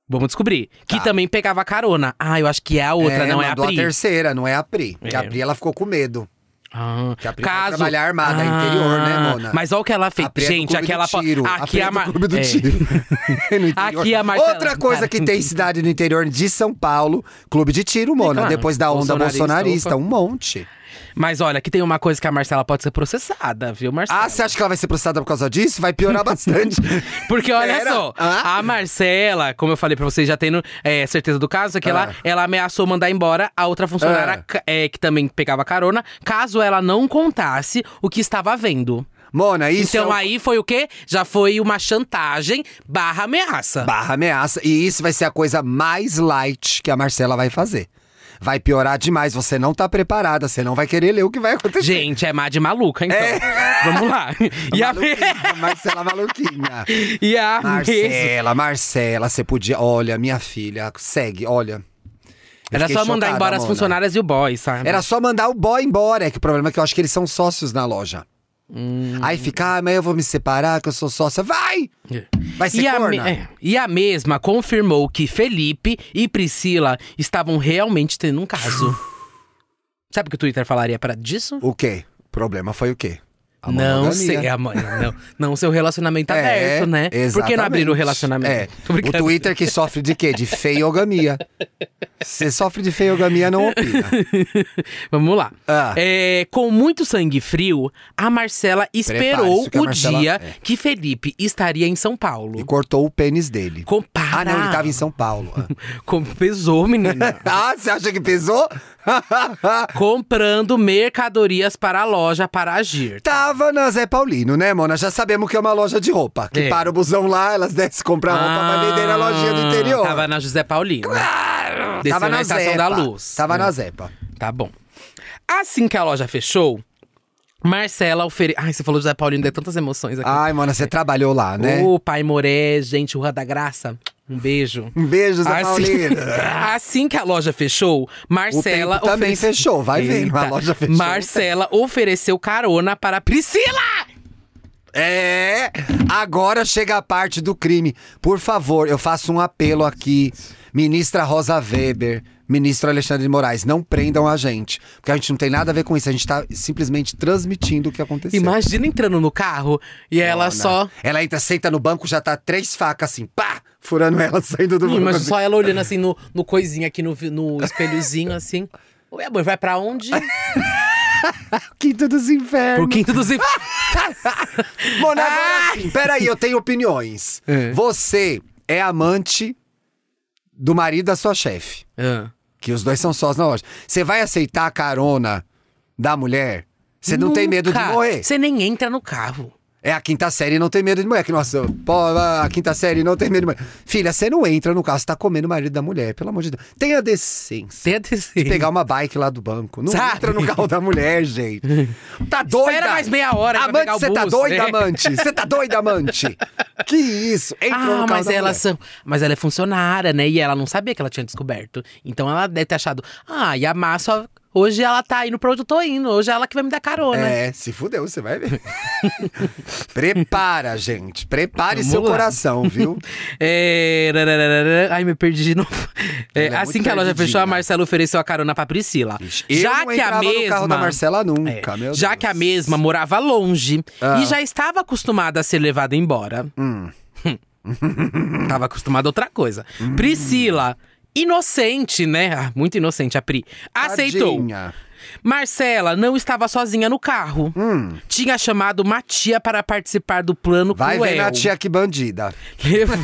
Vamos descobrir. Que Tá. também pegava carona. Ah, eu acho que é a outra, não é a mandou Pri. terceira, não é a Pri. Porque É. a Pri, ela ficou com medo. Ah, Que a Pri vai trabalhar armada, é interior, né, Mona? Mas olha o que ela fez. A Pri é do Gente, clube do aquela. tiro. a Aqui Pri é a, do Mar- clube do É. tiro. (laughs) No interior. Aqui a Marcela- Outra coisa que tem cidade no interior de São Paulo, clube de tiro, Mona. claro. Depois da onda bolsonarista, Bolsonarista, opa. um monte. Mas olha, que tem uma coisa que a Marcela pode ser processada, viu, Marcela? Ah, você acha que ela vai ser processada por causa disso? Vai (laughs) piorar bastante. Porque olha Pera. só, Ah. a Marcela, como eu falei pra vocês, já tendo é, certeza do caso, é que ela, Ah. ela ameaçou mandar embora a outra funcionária Ah. ca- é, que também pegava carona, caso ela não contasse o que estava vendo. Mona, isso então é o- aí foi o quê? Já foi uma chantagem barra ameaça. barra ameaça. E isso vai ser a coisa mais light que a Marcela vai fazer. Vai piorar demais, você não tá preparada, você não vai querer ler o que vai acontecer. Gente, é má de maluca, então. É. Vamos lá. (laughs) Tá E a, me- Maluquinha, (laughs) Marcela Maluquinha. e a mesma- Marcela, Marcela, você podia. Olha, minha filha, segue, olha. Eu Era fiquei só mandar chocada, embora as Mona. funcionárias e o boy, sabe? Era só mandar o boy embora. É que o problema é que eu acho que eles são sócios na loja. Hum. Aí fica, ah, mas eu vou me separar, que eu sou sócia. Vai! Vai ser É. E a, me- corna. é. E a mesma confirmou que Felipe e Priscila estavam realmente tendo um (sighs) caso. Sabe o que o Twitter falaria para disso? O quê? O problema foi o quê? A não monogamia. sei, amor. Não, não seu (laughs) relacionamento aberto, né? Por que É, exatamente. não abrir o relacionamento? É. Tô O brincando. Twitter que sofre de quê? De feiogamia. Você sofre de feiogamia, não (laughs) É. opina. Vamos lá. Ah. É, com muito sangue frio, a Marcela esperou Prepare-se que a o Marcela- dia é. que Felipe estaria em São E Paulo. cortou o pênis dele. Compara. Ah, não, ele tava em São Paulo. (laughs) Com- Pesou, menina. ah, você acha que pesou? (laughs) É. Comprando mercadorias para a loja para agir. Tava na Zé Paulino, né, Mona? Já sabemos que é uma loja de roupa. Que É. Ah, para o busão lá, elas descem comprar roupa pra vender na lojinha do interior. Tava na José Paulino. Claro! Desceu Tava na, Estação Zepa. da Luz. Tava É, na Zepa. Tá bom. Assim que a loja fechou, Marcela ofereceu... Ai, você falou José Paulino, deu tantas emoções aqui. Ai, Mona, você trabalhou lá, Ah, né? Ô, Pai Moré, gente, Rua da Graça, um beijo. Um beijo, Zé Paulino. (laughs) assim que a loja fechou, Marcela O tempo também ofereceu- fechou, vai vendo, a Eita. loja fechou. Marcela ofereceu carona para Priscila! É! Agora chega a parte do crime. Por favor, eu faço um apelo aqui. Ministra Rosa Weber, ministro Alexandre de Moraes, não prendam a gente. Porque a gente não tem nada a ver com isso. A gente tá simplesmente transmitindo o que aconteceu. Imagina entrando no carro e ela Mona, só... Ela entra, senta no banco, já tá três facas assim, pá! Furando ela, saindo do banco. Imagina assim. só ela olhando assim no, no coisinho aqui, no, vi- no espelhozinho, assim. Ué, amor, vai pra (laughs) onde? Quinto dos infernos. Pro quinto dos inf- (laughs) Mona, agora sim. Peraí, eu tenho opiniões. Ah! É. Você é amante do marido da sua chefe. Ah. Que os dois são sós na loja. Você vai aceitar a carona da mulher? Você não tem medo de Nunca. morrer. Você nem entra no carro. É a quinta série não tem medo de morrer. Que, nossa, pô, a quinta série não tem medo de morrer. Filha, você não entra no carro, você tá comendo o marido da mulher, pelo amor de Deus. Tenha decência. Você é De pegar uma bike lá do banco. Não Sabe? entra no carro da mulher, (laughs) gente. Tá doida? Espera mais meia hora, aí vai Amante, pegar o você tá bus, doida, né? amante? Você tá (laughs) doida, amante? Que isso? Entrou no Ah, carro mas da ela, mulher. são- mas ela é funcionária, né? E ela não sabia que ela tinha descoberto. Então ela deve ter achado. Ah, e a massa, hoje ela tá indo pra onde eu tô indo. Hoje é ela que vai me dar carona. É, se fudeu, você vai ver. (laughs) Prepara, gente. Prepare Vamos seu lá. coração, viu? É, rararara, Ai, me perdi de novo. É, Ela é assim muito que a loja perdidinha. fechou, a Marcela ofereceu a carona pra Priscila. Eu (laughs) já não que a entrava mesma. no carro da Marcela É, nunca, meu já Deus. que a mesma morava longe Ah. Hum. e já estava acostumada a ser levada embora. (laughs) Tava acostumada a outra coisa. Hum. Priscila, inocente, né? Ah, muito inocente a Pri. Aceitou. Tadinha. Marcela não estava sozinha no carro. Hum, Tinha chamado Matia para participar do plano Vai cruel. ver na tia que bandida. Levou-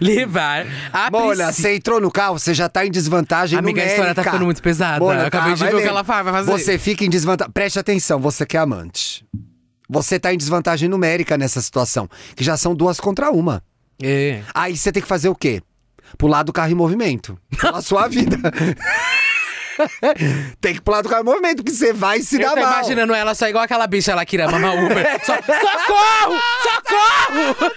(laughs) levar a Bom, olha, Priscila. você entrou no carro, você já tá em desvantagem Amiga, a numérica. tá, história tá ficando muito pesada. Eu acabei de vai ver o que ler. ela fa- vai fazer. Você fica em desvantagem. Preste atenção, você que é amante. Você tá em desvantagem numérica nessa situação, que já são duas contra uma. É. Aí você tem que fazer o quê? Pular do carro em movimento. Pela (laughs) sua vida. tem que pular do carro em movimento, porque você vai se Eu dar tô mal. imaginando ela só igual aquela bicha lá que ama uma (laughs) Uber. Só, socorro! Socorro!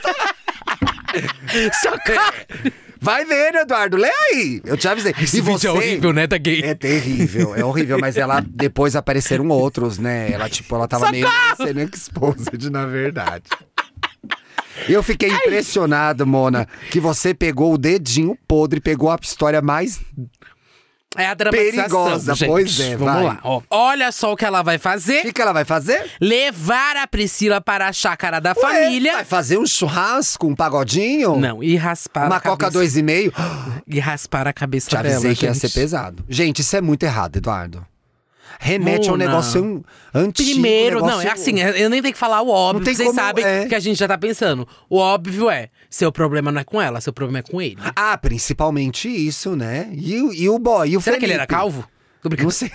socorro! Vai ver, Eduardo, lê aí. Eu te avisei. Esse e vídeo você... é horrível, né? Tá É gay. terrível, é horrível, (laughs) mas ela depois apareceram outros, né? Ela tipo, ela tava meio sendo exposed, na verdade. Eu fiquei impressionado, Mona, que você pegou o dedinho podre, pegou a história mais É, a dramatização, Perigosa, gente. pois é, Vamos vai. lá. ó. Olha só o que ela vai O que, fazer. que ela vai fazer? Levar a Priscila para a chácara da Ué, família. Vai fazer um churrasco, um pagodinho? Não, e raspar a Uma cabeça. coca dois (gasps) e meio? E raspar a cabeça Te dela, avisei que ia gente. ser pesado. Gente, isso é muito errado, Eduardo. Remete a um Mona. negócio an- antigo. Primeiro, um negócio- não, é assim, é- eu nem tenho que falar o óbvio, tem vocês como, sabem é. que a gente já tá pensando. O óbvio é, seu problema não é com ela, seu problema é com ele. Ah, principalmente isso, né? E, o- e o boy, e o Será que ele era Felipe? calvo? Tô brincando. Não sei.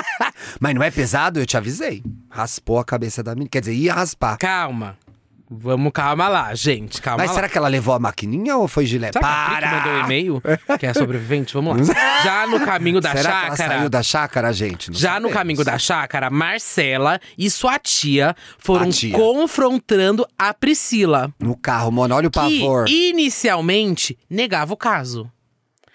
(laughs) Mas não é pesado? Eu te avisei. Raspou a cabeça da menina. Quer dizer, ia raspar. Calma. Vamos, calma lá, gente, calma Mas lá. será que ela levou a maquininha ou foi gilete? Será que a Pri que Para! mandou um e-mail? Que é sobrevivente? Vamos (laughs) lá. Já no caminho da será que ela chácara. saiu da chácara, gente? Não Já no sabemos. caminho da chácara, Marcela e sua tia foram A tia. confrontando a Priscila, No carro, mano, olha o que pavor. inicialmente negava o caso.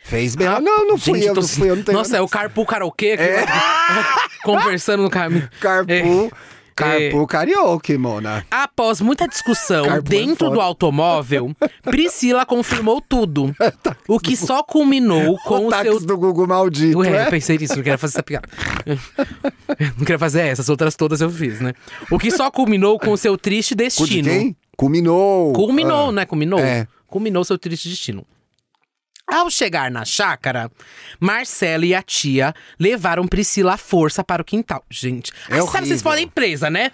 Fez bem. Ah, não, não fui Gente, eu, tô- não fui eu, não tenho É. Nossa, é o Carpool Karaokê que (laughs) conversando no caminho. Carpool, É. carpool né? karaoke, mona. Após muita discussão Carpool é dentro do foda. automóvel, Priscila confirmou (laughs) tudo. o que só culminou com Tá o o táxi seu do Gugu maldito, (laughs) Ué, é? eu pensei nisso, não queria fazer essa piada. (laughs) não queria fazer essas, outras todas eu fiz, né? O que só culminou com o seu triste Cu de destino. quem? Culminou. Culminou, né? Culminou. Tipo, É. Culminou seu triste destino. Ao chegar na chácara, Marcelo e a tia levaram Priscila à força para o quintal. Gente, É ah, sabe, horrível. vocês podem ir presa, né?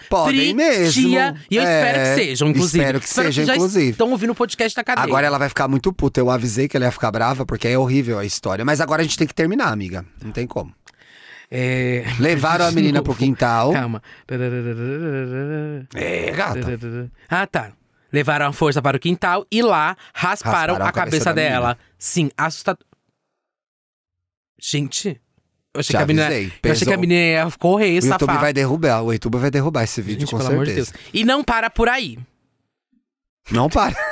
Pri, Podem mesmo. Tia, e eu É, espero que sejam, inclusive. espero que sejam, já inclusive. Estão ouvindo o podcast da cadeia. Ah. Agora ela vai ficar muito puta. Eu avisei que ela ia ficar brava, porque é horrível a história. Mas agora a gente tem que terminar, amiga. Não tem como. é... Levaram a menina (laughs) pro quintal. Calma. É, gata. Ah, tá. Levaram a força para o quintal e lá rasparam, a, cabeça, da dela. Sim, assustador. Gente, eu achei, Te que a, menina, avisei, eu achei que pesou. a menina ia correr, O YouTube safar. vai derrubar. O YouTube vai derrubar esse vídeo, Gente, com pelo amor de certeza. Deus. E não para por aí. Não para. (laughs)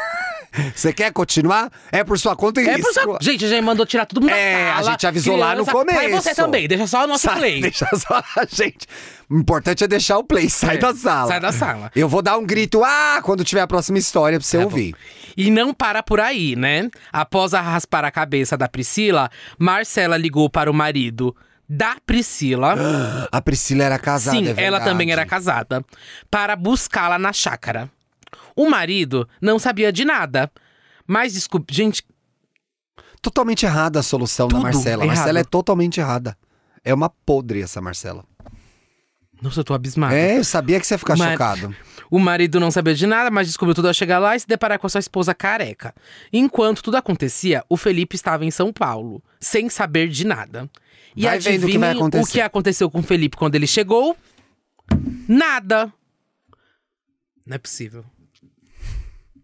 Você quer continuar? É por sua conta e É risco. por sua... Gente, já mandou tirar todo mundo É, da a sala. gente avisou lá no criança- Vai você começo. também, deixa só o nosso Sai, play. (laughs) Deixa só a gente. O importante é deixar o play. Sai É, da sala. sai da sala. Eu vou dar um grito, ah, quando tiver a próxima história pra você Tá bom. ouvir. E não para por aí, né? Após a raspar a cabeça da Priscila, Marcela ligou para o marido da (gasps) Priscila. A Priscila era casada, Sim, é ela verdade. também era casada. Para buscá-la na chácara. O marido não sabia de nada. Mas desculpe, gente, Totalmente errada a solução Tudo da Marcela. A Marcela é errado. totalmente errada. É uma podre essa Marcela. nossa, eu tô abismada. É, eu sabia que você ia ficar Ah. Mas- chocado. O marido não sabia de nada, mas descobriu tudo ao chegar lá e se deparar com a sua esposa careca. Enquanto tudo acontecia, o Felipe estava em São Paulo, sem saber de nada. E Vai adivinhem vendo o que vai o acontecer. que aconteceu com o Felipe quando ele chegou? Nada. Não é possível.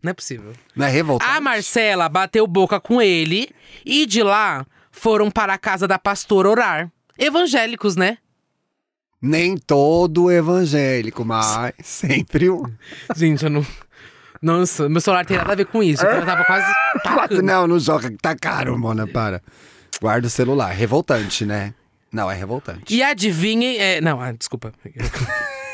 Não é possível. Não é revoltado? A Marcela bateu boca com ele e de lá foram para a casa da pastora orar. Evangélicos, né? Nem todo (laughs) evangélico, mas sempre um. Gente, eu não. Nossa, meu celular tem nada a ver com isso. então Eu tava quase. Quase- Não, não joga, que tá caro, Mona, para. Guarda o celular. É Revoltante, né? Não, é revoltante. E adivinhem. é, não, ah, desculpa.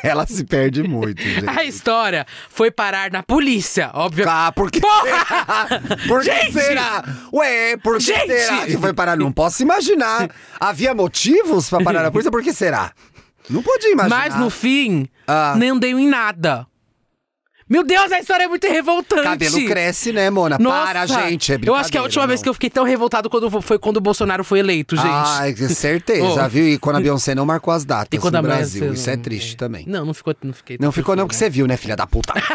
Ela se (laughs) perde muito, gente. A história foi parar na polícia, óbvio. Ah, por que será? (laughs) Por que Gente! será? Ué, por que Gente! será que foi parar? Não posso imaginar. Havia motivos pra parar a polícia? Por que será? Não podia imaginar. Mas no fim, Ah. nem deu em nada. Meu Deus, a história é muito revoltante. Cabelo cresce, né, Mona? Nossa, Para, gente. É Eu acho que a brincadeira, última vez não. que eu fiquei tão revoltado quando, foi quando o Bolsonaro foi eleito, gente. Ah, (laughs) certeza, Oh. viu? E quando a Beyoncé não marcou as datas E quando a no Maria Brasil. fez Isso é um- triste também. Não, não ficou, não fiquei. Não ficou não, porque (laughs) né? você viu, né, filha da puta? (laughs)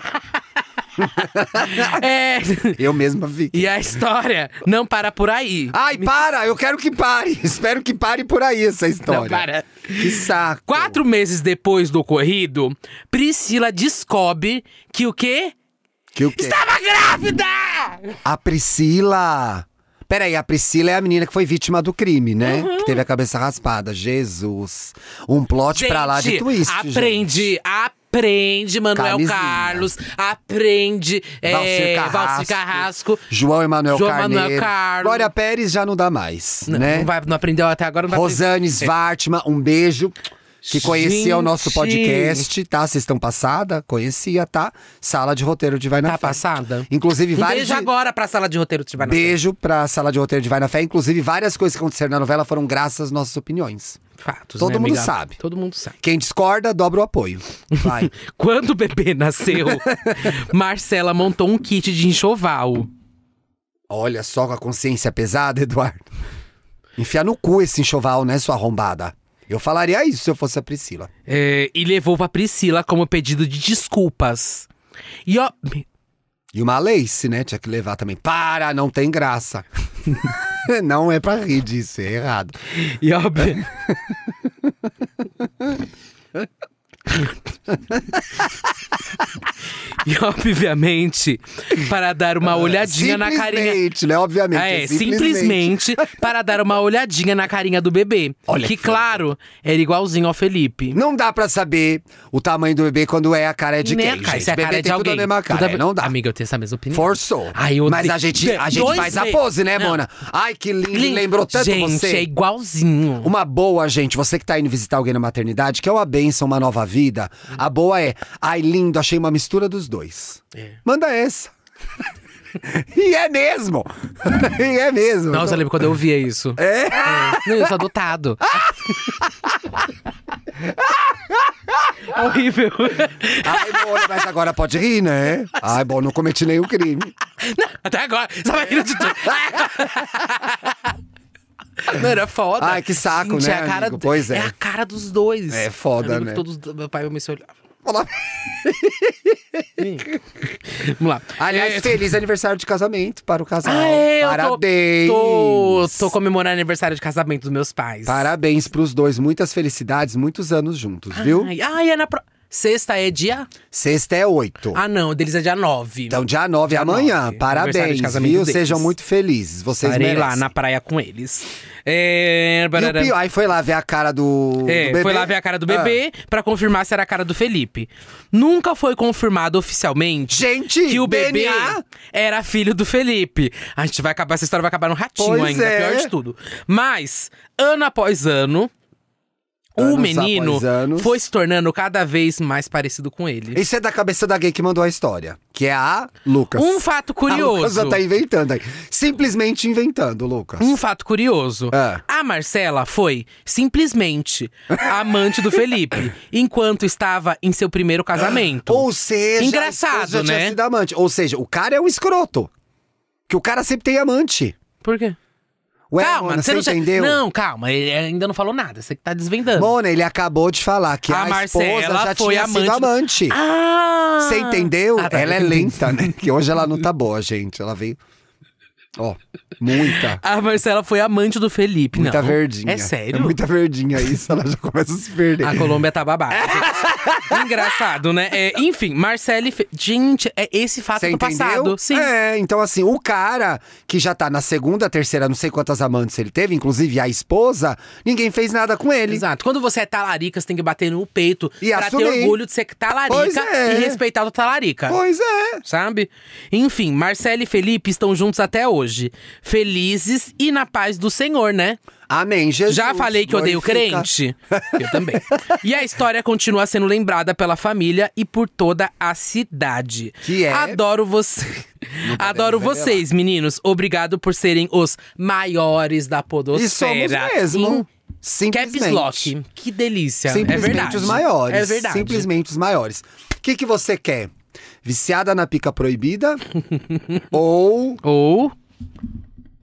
É, Eu mesma vi. e a história não para por aí. Ai, para! Eu quero que pare! (laughs) Espero que pare por aí essa história. Não, para. Que saco. Quatro meses depois do ocorrido, Priscila descobre que o quê? Que o quê? Estava grávida! A Priscila! Peraí, a Priscila é a menina que foi vítima do crime, né? Uhum. Que teve a cabeça raspada. Jesus. Um plot pra lá de Gente, twist. Aprende, gente. aprende, Manuel Camisinha. Carlos. Aprende, Valcir é, Carrasco, Valcir Carrasco. João Emanuel João Carneiro. Emanuel Carlos. Glória Pérez já não dá mais, Não, né? não, vai, não aprendeu até agora, não vai aprender. É, Rosane Svartman, um beijo. Que conhecia o nosso Gente. podcast, tá? Vocês estão passada? Conhecia, tá? Sala de roteiro de Vai na Tá Fé. passada? Inclusive, Um vários. beijo agora pra sala de roteiro que tiver na Beijo pra sala de roteiro de Vai na Fé. Inclusive, várias coisas que aconteceram na novela foram graças às nossas opiniões. Fatos, Todo né, mundo amiga? sabe. Todo mundo sabe. Quem discorda, dobra o apoio. Vai. (laughs) Quando o bebê (laughs) nasceu, Marcela montou um kit de enxoval. Olha só com a consciência pesada, Eduardo. Enfiar no cu esse enxoval, né, sua arrombada? Eu falaria isso se eu fosse a Priscila. é, e levou pra Priscila como pedido de desculpas. E ó, E uma lace, né? Tinha que levar também. Para, não tem graça. (laughs) não é pra rir disso, é errado. E óbvio. (laughs) e obviamente, para dar uma olhadinha na carinha. Ah, Simplesmente, né? Obviamente. Ah, é, é simplesmente para dar uma olhadinha na carinha do bebê. Olha que, que claro, era igualzinho ao Felipe. Não dá pra saber o tamanho do bebê quando é a cara de Né, quem, cara? gente. Se a bebê cara é de tem tudo alguém. a mesma cara, Tudo a- não dá. Amiga, eu tenho essa mesma opinião. Forçou. Ai, eu Mas odeio- a gente, a gente Dois faz a meses. pose, né, Não. Mona? Ai, que lindo. Lembrou tanto Gente, você. é igualzinho. Uma boa, gente, você que tá indo visitar alguém na maternidade, que é uma benção, uma nova vida. A boa é, ai lindo, achei uma mistura dos dois. É. Manda essa. (laughs) e é mesmo. (laughs) e é mesmo. Nossa, eu lembro quando eu ouvia isso. É? Não, eu sou (laughs) adotado. Horrível. Então, Ai, Mona, mas agora pode rir, né? Ai, bom, não cometi (laughs) nenhum crime. Até agora, você tava rindo de tudo. Não, era foda. Ai, que saco, Gente, né, É a, cara, amigo? Pois é. é a cara dos dois. É foda, Eu lembro né? que todos, meu pai e minha mãe se olhavam. Olá. Vamos lá. Aliás, É, feliz aniversário de casamento para o casal. ah, é, eu tô- Então, Parabéns. Tô, tô comemorando aniversário de casamento dos meus pais. Parabéns pros dois, muitas felicidades, muitos anos juntos, viu? Ai, ai, é na pro... Sexta é dia? Sexta é oito. Ah, não, o deles é dia 9. Então, dia 9 Dia amanhã, nove, aniversário parabéns, de casamento viu? deles. Sejam muito felizes, vocês Parei merecem. lá na praia com eles. É, E o pior, aí foi lá ver a cara do, do É, bebê. Ah. foi lá ver a cara do bebê pra confirmar se era a cara do Felipe. Nunca foi confirmado oficialmente Gente, que o bebê DNA? era filho do Felipe. A gente vai acabar, essa história vai acabar no ratinho Pois ainda, é. pior de tudo. Mas, ano após ano, Anos o menino após anos. foi se tornando cada vez mais parecido com ele. Isso é da cabeça da gay que mandou a história, que é a Lucas. Um fato A Lucas curioso. já tá inventando aí. Simplesmente inventando, Lucas. Um fato curioso. Ah. A Marcela foi (laughs) simplesmente a amante do Felipe, enquanto estava em seu primeiro casamento. Ou seja, Engraçado, a esposa já tinha né? sido amante. Ou seja, o cara é um escroto. Que o cara sempre tem amante. Por quê? Ué, calma, Mona, você não tinha- entendeu? Não, calma, ele ainda não falou nada, você que tá desvendando. Mona, ele acabou de falar que a, A esposa Marcela já foi tinha sido amante amante. Ah! Você entendeu? Ah, tá, ela é entendi. lenta, né? Que hoje ela não tá boa, gente. Ela veio. Ó, muita. A Marcela foi amante do Felipe, Muita Ah, não. verdinha. É sério? É muita verdinha isso, ela já começa a se perder. A Colômbia tá (laughs) babada. gente. Engraçado, né? É, enfim, Marcela e Fe... Gente, é esse fato Você do entendeu? passado. Sim. É, então assim, o cara que já tá na segunda, terceira, não sei quantas amantes ele teve, inclusive a esposa, ninguém fez nada com ele. Exato. Quando você é talarica, você tem que bater no peito E pra assumir. ter orgulho de ser Pois talarica é. e respeitar o talarica. Pois é. Sabe? Enfim, Marcela e Felipe estão juntos até hoje. Felizes e na paz do Senhor, né? Amém, Jesus. Já falei que odeio glorifica. crente. (laughs) Eu também. E a história continua sendo lembrada pela família e por toda a cidade. Que é- tá Adoro você. (laughs) Adoro revelar. vocês, meninos. Obrigado por serem os maiores da podosfera. E somos mesmo. Em Simplesmente. Caps Lock. Que delícia. é Simplesmente verdade. os maiores. É verdade. Simplesmente os maiores. O que, que você quer? Viciada na pica proibida? (laughs) ou Ou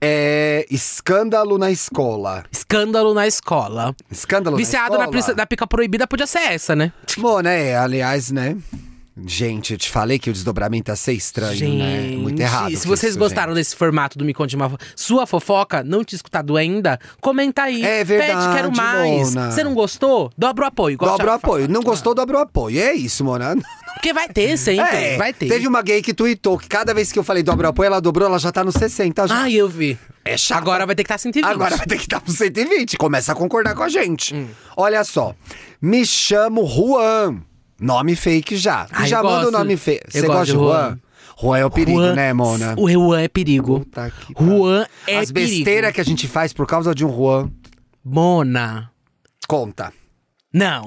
é, escândalo na escola? escândalo na escola. Escândalo Viciado na, na escola? pista- na pica proibida podia ser essa, né? Bom, né? Aliás, né? Gente, eu te falei que o desdobramento ia ser estranho, né? Gente, Muito errado. se vocês isso, gostaram desse formato do Me Conte Uma Fo- Sua Fofoca, não te escutado ainda, comenta aí. É verdade, Pede, quero mais. Mona. Você não gostou? Dobra o apoio. gente. gosta Dobra o da fofoca. apoio. Não gostou, dobra o apoio. É isso, Mona. Porque vai ter sempre, (laughs) É, vai ter. Teve uma gay que tweetou que cada vez que eu falei dobra o apoio, ela dobrou, ela já tá no 60. Já. Ai, eu vi. É chato. Agora vai ter que tá estar 120. Agora é vai ter que estar pro 120. Começa a concordar com a gente. Hum. Olha só. Me chamo Juan. Nome fake já. Ah, eu já manda o gosto. nome fake. Eu Você gosto gosta de de Juan? Juan é o perigo, Juan- né, Mona? O Juan é perigo. Puta que Juan é As perigo. besteiras que a gente faz por causa de um Juan. Mona. Conta. (laughs) Não,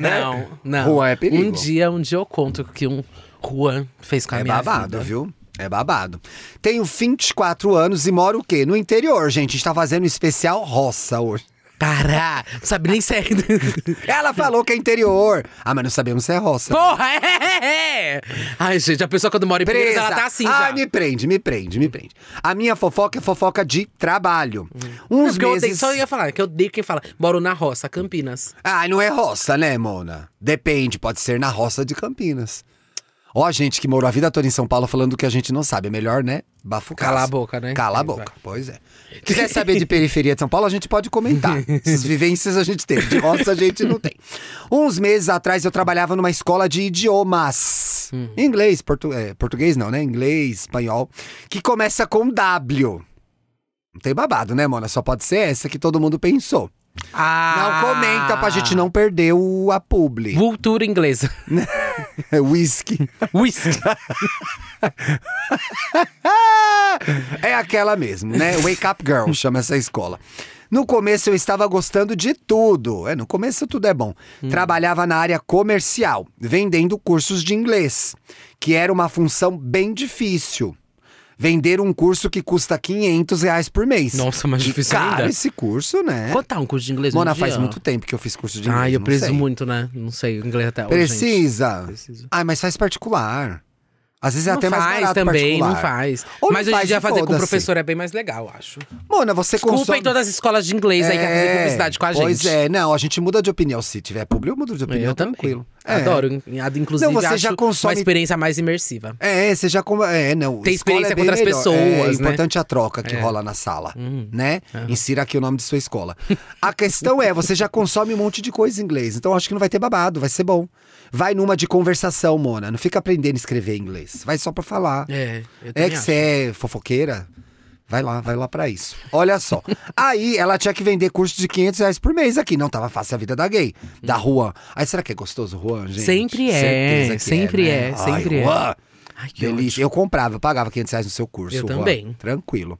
não, não. Juan é perigo. Um dia, um dia eu conto que um Juan fez com a É minha babado, vida. viu? É babado. Tenho 24 anos e moro o quê? No interior, gente. A gente tá fazendo um especial roça hoje. Pará, não sabe nem se é... (laughs) Ela falou que é interior. Ah, mas não sabemos se é roça. Porra, (laughs) é, é, é! Ai, gente, a pessoa quando mora em Pinheiros, ela tá assim ah, já. me prende, me prende, me prende. A minha fofoca é fofoca de trabalho. Não, Uhum. Uns É, porque eu odeio- meses... só eu ia falar, que eu odeio quem fala, moro na roça, Campinas. Ah, não é roça, né, Mona? Depende, pode ser na roça de Campinas. Ó, gente que morou a vida toda em São Paulo falando que a gente não sabe. É melhor, né? Bafucar. Cala a boca, né? Cala a É, boca, vai. pois é. Quiser saber de periferia de São Paulo, a gente pode comentar. (laughs) Essas vivências a gente teve, de roça a gente não tem. Uns meses atrás eu trabalhava numa escola de idiomas. Hum. Inglês, portu- é, português não, né? Inglês, espanhol. Que começa com W. Não tem babado, né, Mona? Só pode ser essa que todo mundo pensou. Ah! Não comenta pra gente não perder o, a (laughs) publi. Vultura inglesa. Whisky. Whisky. é aquela mesmo, né? Wake Up Girl chama essa escola. No começo eu estava gostando de tudo. É, no começo tudo é bom. Hum. Trabalhava na área comercial, vendendo cursos de inglês, que era uma função bem difícil. Vender um curso que custa 500 reais por mês. Nossa, mais Que difícil caro ainda. esse curso, né? Quanto tá um curso de inglês hoje Mona, em faz dia? muito tempo que eu fiz curso de inglês. Ai, eu não preciso sei. muito, né? Não sei inglês até hoje, gente. Precisa. Preciso. Ah, mas faz particular. Às vezes é Não até mais faz barato também, particular. não faz. Ou Mas não hoje faz em dia e fazer com o foda-se. professor é bem mais legal, acho. Mona, você Desculpem consome... todas as escolas de inglês aí que quer fazer publicidade com a gente. É, Pois é, não, a gente muda de opinião. Se tiver público, eu mudo de opinião. Eu também. tranquilo. É. Adoro. Inclusive, Não, você acho já consome- uma experiência mais imersiva. É, você já. com- É, não. Tem escola experiência é bem com outras melhor. pessoas, É né? É. Hum. importante a troca que rola na sala, né? Insira aqui o nome de (laughs) sua escola. a questão é, você já consome um monte de coisa em inglês, então acho que não vai ter babado, vai ser bom. Vai numa de conversação, Mona. Não fica aprendendo a escrever em inglês. Vai só pra falar. É, eu É também que acho. você é fofoqueira? Vai lá, vai lá pra isso. Olha só. Aí ela tinha que vender curso de 500 reais por mês aqui. Não tava fácil a vida da gay, da Juan. Aí será que é gostoso, Juan, gente? Hum. Sempre é, Certeza que sempre né? é, Ai, sempre é. Juan, Ai, que Delícia. Eu comprava, eu pagava 500 reais no seu curso. Eu Juan. também. Tranquilo.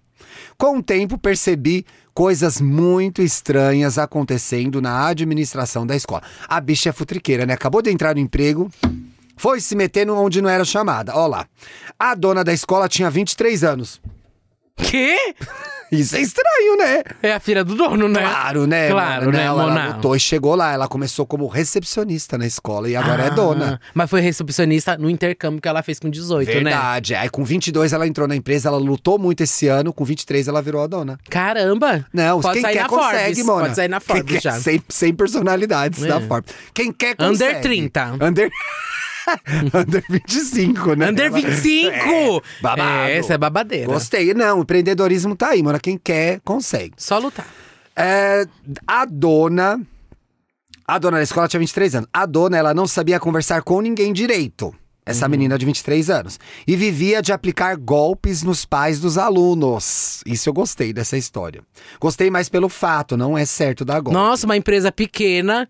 Com o tempo, percebi coisas muito estranhas acontecendo na administração da escola. A bicha é futriqueira, né? Acabou de entrar no emprego, foi se meter no- onde não era chamada. Ó lá. A dona da escola tinha 23 anos. (laughs) ódio. Quê? Isso é estranho, né? É a filha do dono, né? Claro, né? Claro, Mona? né, Não, Ela Mona? lutou e chegou lá. Ela começou como recepcionista na escola e agora é dona. Ah, Mas foi recepcionista no intercâmbio que ela fez com 18, né? Verdade. Aí com 22 ela entrou na empresa, ela lutou muito esse ano, com 23 ela virou a dona. Caramba! Não, Pode quem sair quer na consegue, Forbes. Mona. Pode sair na Quem Forbes quer- já. É. Sem, sem personalidades da Forbes. Quem quer consegue. Under 30. Under... (laughs) Under 25, né? Under Ela- 25! É, babado. É, essa é babadeira. Gostei. Não, o empreendedorismo tá aí, Mona. Quem quer, consegue. Só lutar. É, a dona. A dona da escola tinha 23 anos. A dona, ela não sabia conversar com ninguém direito. Uhum. Essa menina de 23 anos. E vivia de aplicar golpes nos pais dos alunos. Isso eu gostei dessa história. Gostei mais pelo fato, não é certo da golpe. Nossa, uma empresa pequena,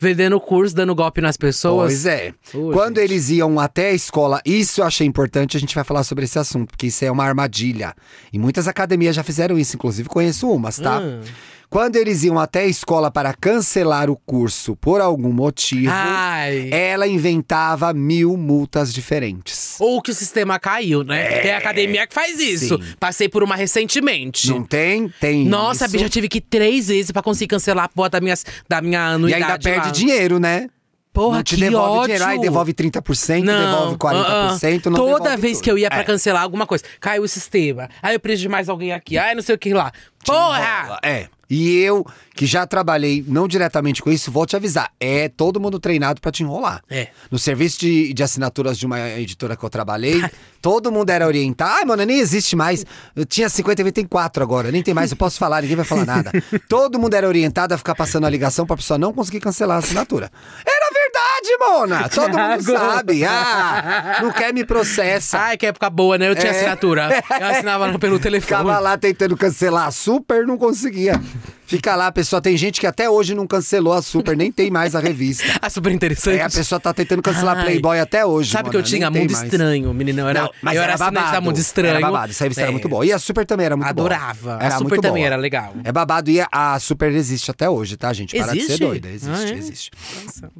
vendendo curso, dando golpe nas pessoas. Pois é. Ô, Quando gente. eles iam até a escola, isso eu achei importante, a gente vai falar sobre esse assunto, porque isso é uma armadilha. E muitas academias já fizeram isso, inclusive conheço umas, tá? Hum. Quando eles iam até a escola para cancelar o curso por algum motivo, Ai. ela inventava mil multas diferentes. Ou que o sistema caiu, né? Tem academia que faz isso. É. sim. Passei por uma recentemente. Não tem? Tem. Nossa, isso. bicho, eu tive que ir três vezes pra conseguir cancelar a porra da minha, da minha E anuidade. ainda perde lá. dinheiro, né? Porra, não te que devolve ódio. dinheiro, aí devolve 30%, devolve 40%, ah, ah. não Toda devolve vez tudo. que eu ia pra É. cancelar alguma coisa, caiu o sistema. Aí eu preciso de mais alguém aqui. Ai, não sei o que lá. Porra! É. E eu, que já trabalhei não diretamente com isso, vou te avisar. É todo mundo treinado pra te enrolar. É. No serviço de, de assinaturas de uma editora que (laughs) eu trabalhei, todo mundo era orientado. Ai, mano, nem existe mais. Eu tinha 50 e tem 4 agora. Nem tem mais, eu posso falar, ninguém vai (laughs) falar nada. todo mundo era orientado a ficar passando a ligação pra pessoa não conseguir cancelar a assinatura. Era verdade, Mona! Todo mundo Thiago. sabe. Ah, não quer me processa. Ai, que época boa, né? Eu tinha É. (laughs) assinatura. Eu assinava pelo telefone. Ficava lá tentando cancelar a Super, não conseguia. Fica lá, pessoal. Tem gente que até hoje não cancelou a Super, nem tem mais (laughs) a revista. Ah, super interessante. Aí a pessoa tá tentando cancelar Ai. Playboy até hoje. Sabe o que eu mano, tinha? nem Mundo tem mais. Estranho, menino. Eu era, Não, mas eu era, assim assinante babado. da Mundo Estranho. Era babado, essa revista era É. muito boa. E a Super também era muito boa. Adorava. A Super muito também boa. era legal. É babado e a- a Super existe até hoje, tá, gente? Para de Existe? ser doida. Existe, Ah, é? existe. Pensando.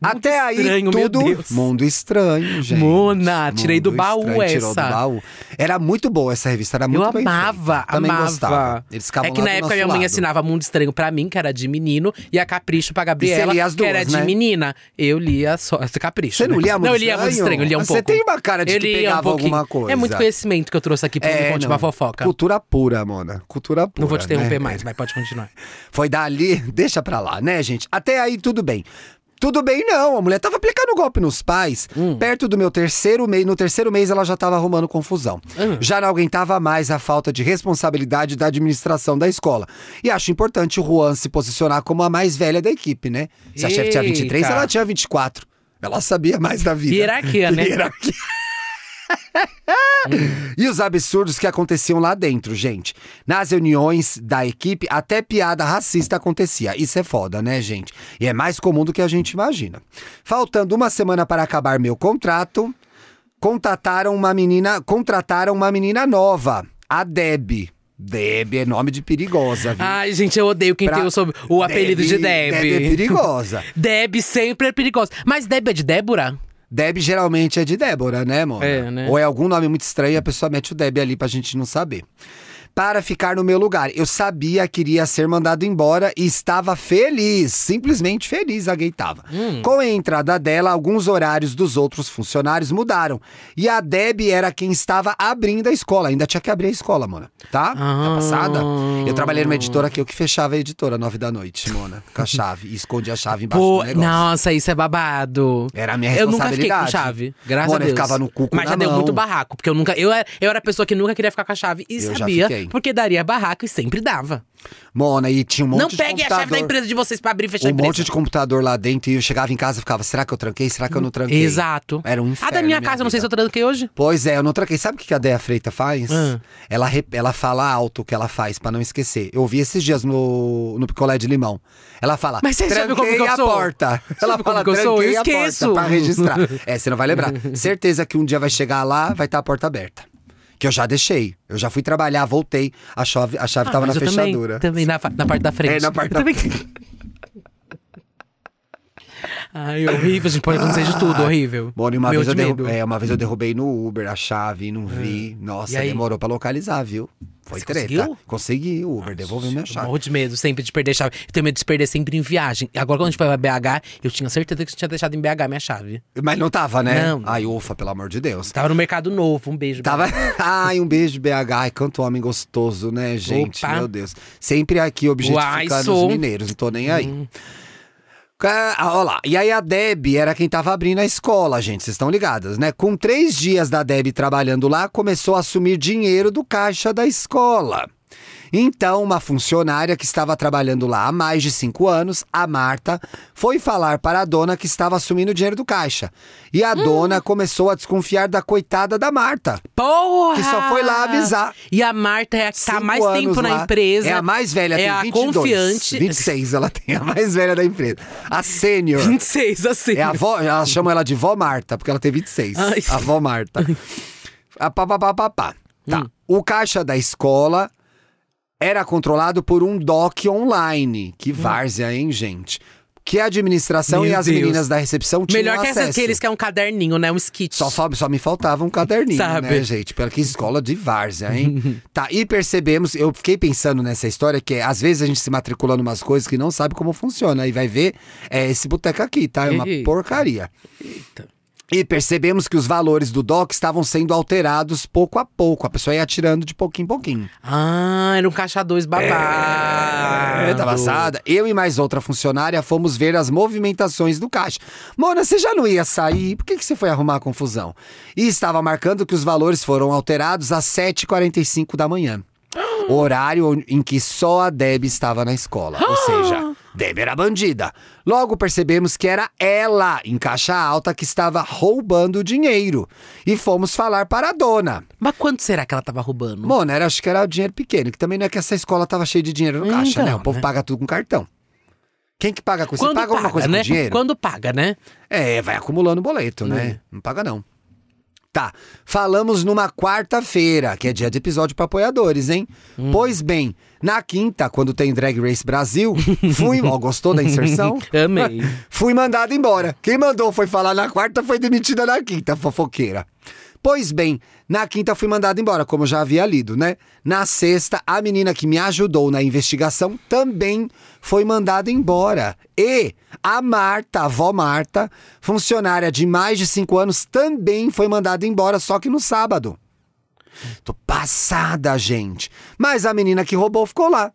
Até aí, Estranho, meu tudo. Deus. Mundo estranho, gente. Mona, tirei do baú Tirou do essa. baú. Era muito boa essa revista, era muito eu bem amava, feita. Também amava. gostava. Eles ficavam é que lá na do época nosso minha mãe lado. assinava Mundo Estranho pra mim, que era de menino, e a Capricho pra Gabriela, lia as que era duas, de né? menina. Eu lia só essa Capricho. Você não né? lia Mundo Não, eu lia Mundo Estranho? Estranho, eu lia um Mas você pouco. tem uma cara de eu que lia pegava um pouquinho. alguma coisa. É muito conhecimento que eu trouxe aqui pra é, contar não. uma fofoca. Cultura pura, Mona. Cultura pura. Não vou te interromper né? mais, mas pode (laughs) continuar. Foi dali, (laughs) deixa pra lá, né, gente? Até aí tudo bem. Tudo bem, não. A mulher tava aplicando golpe nos pais. Hum. Perto do meu terceiro mês, no terceiro mês ela já tava arrumando confusão. Hum. Já não aguentava mais a falta de responsabilidade da administração da escola. E acho importante o Juan se posicionar como a mais velha da equipe, né? Se a chefe tinha 23, Eita. ela tinha 24. Ela sabia mais da vida. Hierarquia, né? (laughs) Hierarquia. E os absurdos que aconteciam lá dentro, gente. Nas reuniões da equipe, até piada racista acontecia. Isso é foda, né, gente? E é mais comum do que a gente imagina. Faltando uma semana para acabar meu contrato, contrataram uma menina, contrataram uma menina nova, a Deb. Deb é nome de perigosa, viu? Ai, gente, eu odeio quem Pra- tem o, sobre- Ah, o apelido de Deb. Deb é (laughs) perigosa. Deb sempre é perigosa. Mas Deb é de Débora? Deb geralmente é de Débora, né, mano? É, né? Ou é algum nome muito estranho e a pessoa mete o Deb ali pra gente não saber. Para ficar no meu lugar. Eu sabia que iria ser mandado embora e estava feliz, simplesmente feliz, a gay tava. Hum. Com a entrada dela, alguns horários dos outros funcionários mudaram. E a Deb era quem estava abrindo a escola. Ainda tinha que abrir a escola, mona. Tá? Tá Ah. passada? Eu trabalhei numa editora que eu que fechava a editora, nove da noite, mona. Com a chave. (laughs) E escondia a chave embaixo Pô, do um negócio. nossa, isso é babado. Era a minha Eu nunca responsabilidade. fiquei com chave, graças Mona, a eu Deus. ficava no cu com Mas na já deu mão. muito barraco, porque eu nunca. Eu era, eu era a pessoa que nunca queria ficar com a chave e Eu já sabia, fiquei. porque daria barraco e sempre dava. Mona, e tinha um monte Não de pegue a computador. chave da empresa de vocês pra abrir e fechar a Um empresa. monte de computador lá dentro e eu chegava em casa e ficava, será que eu tranquei? Será que eu não tranquei? Exato. Era um inferno. A da minha casa, eu não sei se vida. eu tranquei hoje. Pois é, eu não tranquei. Sabe o que que a Dea Freita faz? Ah. Ela, re- ela fala alto o que ela faz, pra não esquecer. Eu vi esses dias no, no picolé de limão. Ela fala, Mas vocês tranquei sabem como que eu a sou? porta. Sabe Ela como fala, que eu tranquei sou? Eu a esqueço. porta (laughs) pra registrar. é, você não vai lembrar. Certeza que um dia vai chegar lá, vai estar a porta aberta. Que eu já deixei. Eu já fui trabalhar, voltei, a chave, a chave tava na Ah, mas eu também- fechadura. Também, na, fa- na parte da frente. É, na parte Eu da também- Ai, horrível, gente pode acontecer (laughs) de tudo, horrível. Ah, Bom, e uma Meu vez, eu de derru- medo. É. é, uma vez eu derrubei no Uber a chave e não vi. Nossa, E aí? demorou pra localizar, viu? Foi Você treta. conseguiu? Consegui, o Uber devolveu minha Eu chave. morro de medo sempre de perder chave. Eu tenho medo de perder sempre em viagem. Agora, quando a gente foi pra BH, eu tinha certeza que eu tinha deixado em BH minha chave. Mas não tava, né? Não. Ai, ufa, pelo amor de Deus. Tava no Mercado Novo, um beijo. Tava. (laughs) Ai, um beijo, BH. Ai, quanto homem gostoso, né, gente? Opa. Meu Deus. Sempre aqui Uai, objetificando os sou. mineiros, não tô nem aí. Ah, ó lá. E aí a Deb era quem tava abrindo a escola, gente, vocês estão ligadas, né? Com três dias da Deb trabalhando lá, começou a assumir dinheiro do caixa da escola. Então, uma funcionária que estava trabalhando lá há mais de cinco anos, a Marta, foi falar para a dona que estava assumindo o dinheiro do caixa. E Hum. a dona começou a desconfiar da coitada da Marta. Porra! Que só foi lá avisar. E a Marta é a que tá há Cinco mais anos tempo lá. na empresa. É (laughs) a mais velha, é tem a 22. confiante. 26 ela tem, a mais velha da empresa. A sênior. 26, assim. É a vó, ela chama ela de vó Marta, porque ela tem 26. Ai. A vó Marta. A pá, pá, pá, pá, pá. Tá. Hum. O caixa da escola era controlado por um DOC online. Que várzea, hein, gente? que a administração Hum. Meu e as Deus. meninas da recepção tinham Melhor que acesso. essa- aqueles que é um caderninho, né? Um skit. Só, fa- só me faltava um caderninho, Sabe? né, gente? Pela que escola de (laughs) várzea, hein? tá, e percebemos, eu fiquei pensando nessa história, que é, às vezes a gente se matricula em umas coisas que não sabe como funciona. E vai ver é, esse boteco aqui, tá? É uma Eita. porcaria. E percebemos que os valores do DOC estavam sendo alterados pouco a pouco. A pessoa ia tirando de pouquinho em pouquinho. Ah, era um caixa dois babado. Eita, passada. É, Eu e mais outra funcionária fomos ver as movimentações do caixa. Mona, você já não ia sair? Por que, que você foi arrumar a confusão? E estava marcando que os valores foram alterados às 7h45 da manhã. Horário em que só a Deb estava na escola. Ou seja, Deb era bandida. Logo percebemos que era ela, em caixa alta, que estava roubando o dinheiro. E fomos falar para a dona. Mas quanto será que ela tava roubando? Mona, era, acho que era dinheiro pequeno, que também não é que essa escola tava cheia de dinheiro no Então, caixa, né? O povo né? paga tudo com cartão. Quem que paga com isso? Você Quando paga alguma coisa né? com dinheiro? Quando Uhum. paga, né? É, vai acumulando boleto, né? Não paga não. Tá, falamos numa quarta-feira, que é dia de episódio para apoiadores, hein? Hum. Pois bem, na quinta, quando tem Drag Race Brasil, fui... Ó, gostou da inserção? (laughs) (laughs) Amei. Fui mandada embora. Quem mandou foi falar na quarta, foi demitida na quinta, fofoqueira. Pois bem, na quinta fui mandada embora, como eu já havia lido, né? Na sexta, a menina que me ajudou na investigação também foi mandada embora. E a Marta, a avó Marta, funcionária de mais de cinco anos, também foi mandada embora, só que no sábado. Tô passada, gente. Mas a menina que roubou ficou lá.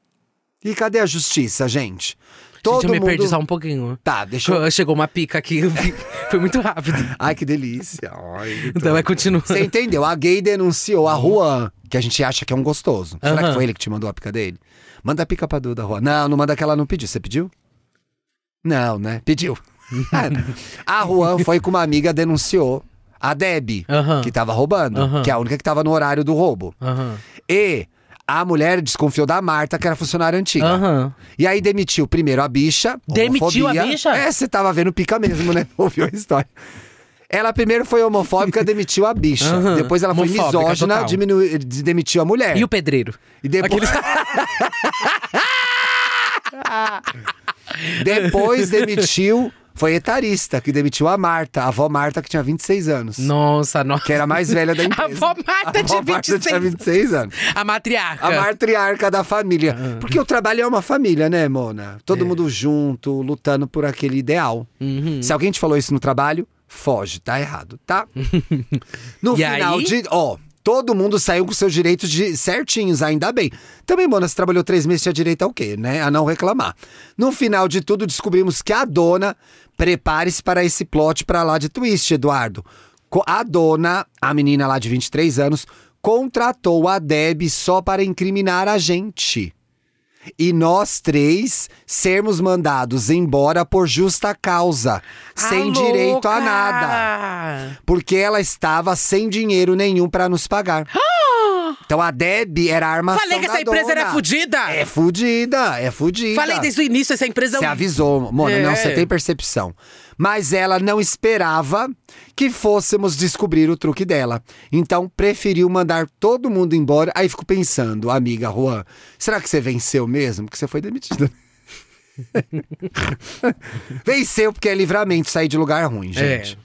E cadê a justiça, gente? Todo Gente, eu me mundo. perdi só um pouquinho. Tá, deixa (laughs) eu. Chegou uma pica aqui. eu vi. Foi muito rápido. Ai, que delícia. Ai, Então vai continuar. Você entendeu? A gay denunciou a Juan, que a gente acha que é um gostoso. Será que Aham. foi ele que te mandou a pica dele? Manda a pica pra Duda, Juan. Não, não manda que ela não pediu. Você pediu? Não, (laughs) né? Pediu. a Juan foi com uma amiga, denunciou a Deb, Aham. que tava roubando, Aham. que é a única que tava no horário do roubo. Aham. E a mulher desconfiou da Marta, que era funcionária antiga. Aham. E aí demitiu primeiro a bicha. Demitiu a homofobia. bicha? É, você tava vendo pica mesmo, né? (laughs) Ouviu a história. Ela primeiro foi homofóbica, demitiu a bicha. Aham. Depois ela foi Homofóbica, misógina, total. diminu... de- demitiu a mulher. E o pedreiro? É. E depois. (laughs) depois demitiu. Foi etarista, que demitiu a Marta, a avó Marta, que tinha 26 anos. (laughs) Nossa, nossa. Que era a mais velha da (laughs) empresa. A avó Marta A avó de Marta 26 tinha 26 anos. A matriarca. A matriarca da família. Porque o trabalho é uma família, né, Mona? Todo mundo junto, lutando por aquele ideal. Se alguém te falou isso no trabalho, foge, tá errado, tá? no E final aí? de. Ó, todo mundo saiu com seus direitos de certinhos, ainda bem. Também, Mona, você trabalhou três meses, tinha direito ao quê, né? A não reclamar. No final de tudo, descobrimos que a dona. Prepare-se para esse plot pra lá de twist, Eduardo. Co- A dona, a menina lá de 23 anos, contratou a Deb só para incriminar a gente. E nós três sermos mandados embora por justa causa, sem direito a nada nada. porque ela estava sem dinheiro nenhum pra (gasps) nos pagar. Então a Deb era a armação Ah! Falei que da essa empresa dona. era fudida. É fudida, é fudida. Falei desde o início, essa empresa é um- Você avisou, Mona, não, É. você tem percepção. Mas ela não esperava que fôssemos descobrir o truque dela. Então preferiu mandar todo mundo embora. Aí fico pensando, amiga Juan, será que você venceu mesmo? Porque você foi demitida. (laughs) venceu porque é livramento sair de lugar ruim, gente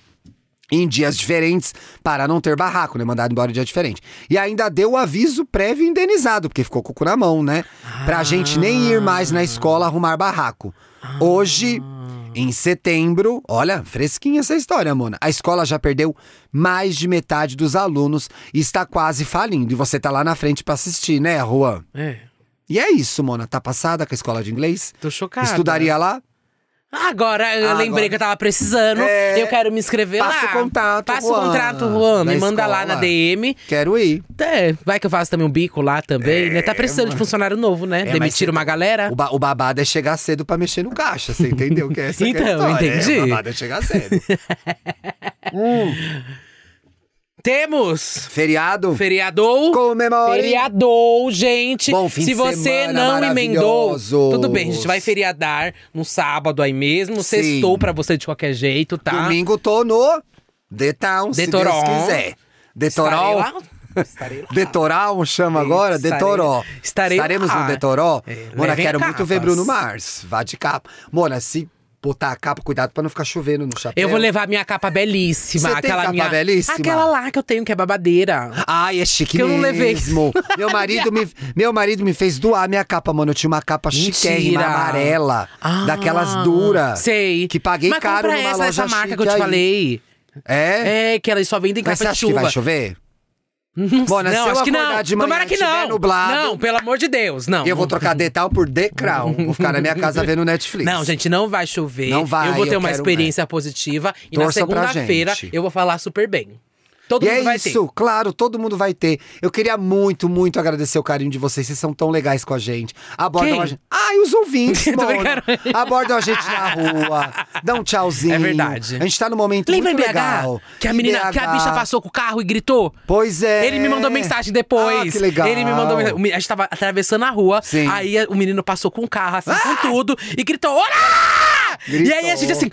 É. em dias diferentes para não ter barraco, né? Mandado embora em dia diferente. E ainda deu o aviso prévio indenizado, porque ficou com o cu na mão, né? É. Ah, Pra gente nem ir mais na escola arrumar barraco. Hoje, em setembro, olha, fresquinha essa história, Mona. A escola já perdeu mais de metade dos alunos e está quase falindo. E você tá lá na frente pra assistir, né, Juan? É. E é isso, Mona. Tá passada com a escola de inglês? Tô chocada. Estudaria lá? Agora, eu Ah, agora. lembrei que eu tava precisando. É. Eu quero me inscrever Passa lá. o contato, Passa Juan, o contrato, Juan. da Me manda lá escola. na DM. Quero ir. É, vai que eu faço também um bico lá também, né? Tá precisando de funcionário novo, né? É, mas Demitiram você- tá- uma galera. O, ba- o babado é chegar cedo pra mexer no caixa, você entendeu que é essa que é a Então, história, é, entendi. o babado é chegar (laughs) cedo. Hum. Temos! Feriado, Feriador! comemore. Feriador, gente! Bom fim de Se você semana, não emendou, maravilhosos. tudo bem, a gente vai feriadar no sábado aí mesmo. Sim. Sextou pra você de qualquer jeito, tá? Domingo tô no The Town, se Deus Detoró. quiser. Estarei Detoró. lá. Estarei lá. Detoró chama agora? Estarei- Detoró. estarei Estaremos lá. no Detoró? É, Mona, levem quero muito ver capas. Bruno Mars. Vá de capa. Mona, se botar a capa, cuidado pra não ficar chovendo no chapéu. Eu vou levar minha capa belíssima. Você tem aquela capa minha. belíssima? Aquela lá que eu tenho, que é babadeira. Ai, é chique Que eu não levei. mesmo. Meu marido, me, meu marido me fez doar minha capa, mano. Eu tinha uma capa Mentira. chiquérrima, amarela. Ah, daquela dura. Sei. Que paguei Mas caro compra numa essa, loja essa marca chique que eu te aí. falei. É? É, que elas só vendem capa Mas você de acha que chuva. vai chover? Mona, não, se eu acho que acordar não. de manhã Tomara que e tiver não. nublado- Não, pelo amor de Deus, não. E eu vou trocar detal (laughs) por decral. Vou ficar na minha casa vendo Netflix. Não, gente, não vai chover. Não vai, Eu vou ter eu uma quero experiência positiva. E Torçam na pra segunda-feira gente. eu vou falar super bem. Todo E mundo é vai isso, claro, todo mundo vai ter. Eu queria muito, muito agradecer o carinho de vocês. Vocês são tão legais com a gente. Abordam Quem? a gente. Ai, (laughs) os ouvintes, Tô mano. brincando. Abordam a gente na rua. Dá um tchauzinho. É verdade. A gente tá num momento ter. Lembra em muito BH? legal. Que a Em menina, que a BH. bicha passou com o carro e gritou? Pois é. Ele me mandou mensagem depois. Ah, que legal. Ele me mandou mensagem. A gente tava atravessando a rua. Sim. Ah! Aí a- o menino passou com o carro, assim, com tudo, e gritou: Olá! E Gritou. aí a gente assim.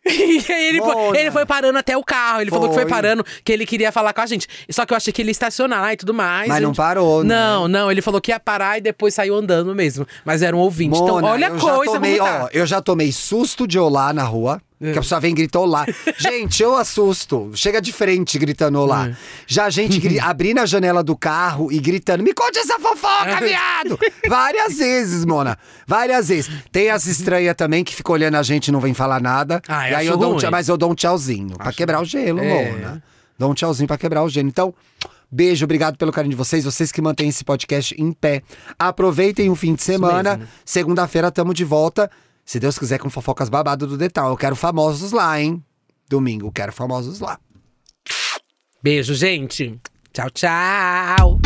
(laughs) e aí ele, foi- Mona. ele foi parando até o carro. Ele falou que foi Foi. parando, que ele queria falar com a gente. Só que eu achei que ele ia estacionar e tudo mais. Mas A não gente- parou, né? Não, não. Ele falou que ia parar e depois saiu andando mesmo. Mas era um ouvinte. Mona, então, olha a eu coisa É. já tomei, como tá. ó, eu já tomei susto de olá na rua. Que a pessoa vem e grita (laughs) olá. gente, eu assusto. Chega de frente gritando olá. É. Já a (laughs) gente gri- abrindo a janela do carro e gritando: me conte essa É. fofoca, viado! Várias vezes, Mona. Várias vezes. Tem as estranhas também que ficam olhando a gente e não vem falar nada. Ah, eu e aí acho eu dou um ruim. tchau, mas eu dou um tchauzinho pra quebrar o gelo, É. Mona. Dou um tchauzinho pra quebrar o gelo. Então, beijo, obrigado pelo carinho de vocês, vocês que mantêm esse podcast em pé. Aproveitem o fim de semana. Segunda-feira tamo de volta. Se Deus quiser, com fofocas babado do detal. Eu quero famosos lá, hein? Domingo, quero famosos lá. Beijo, gente. Tchau, tchau.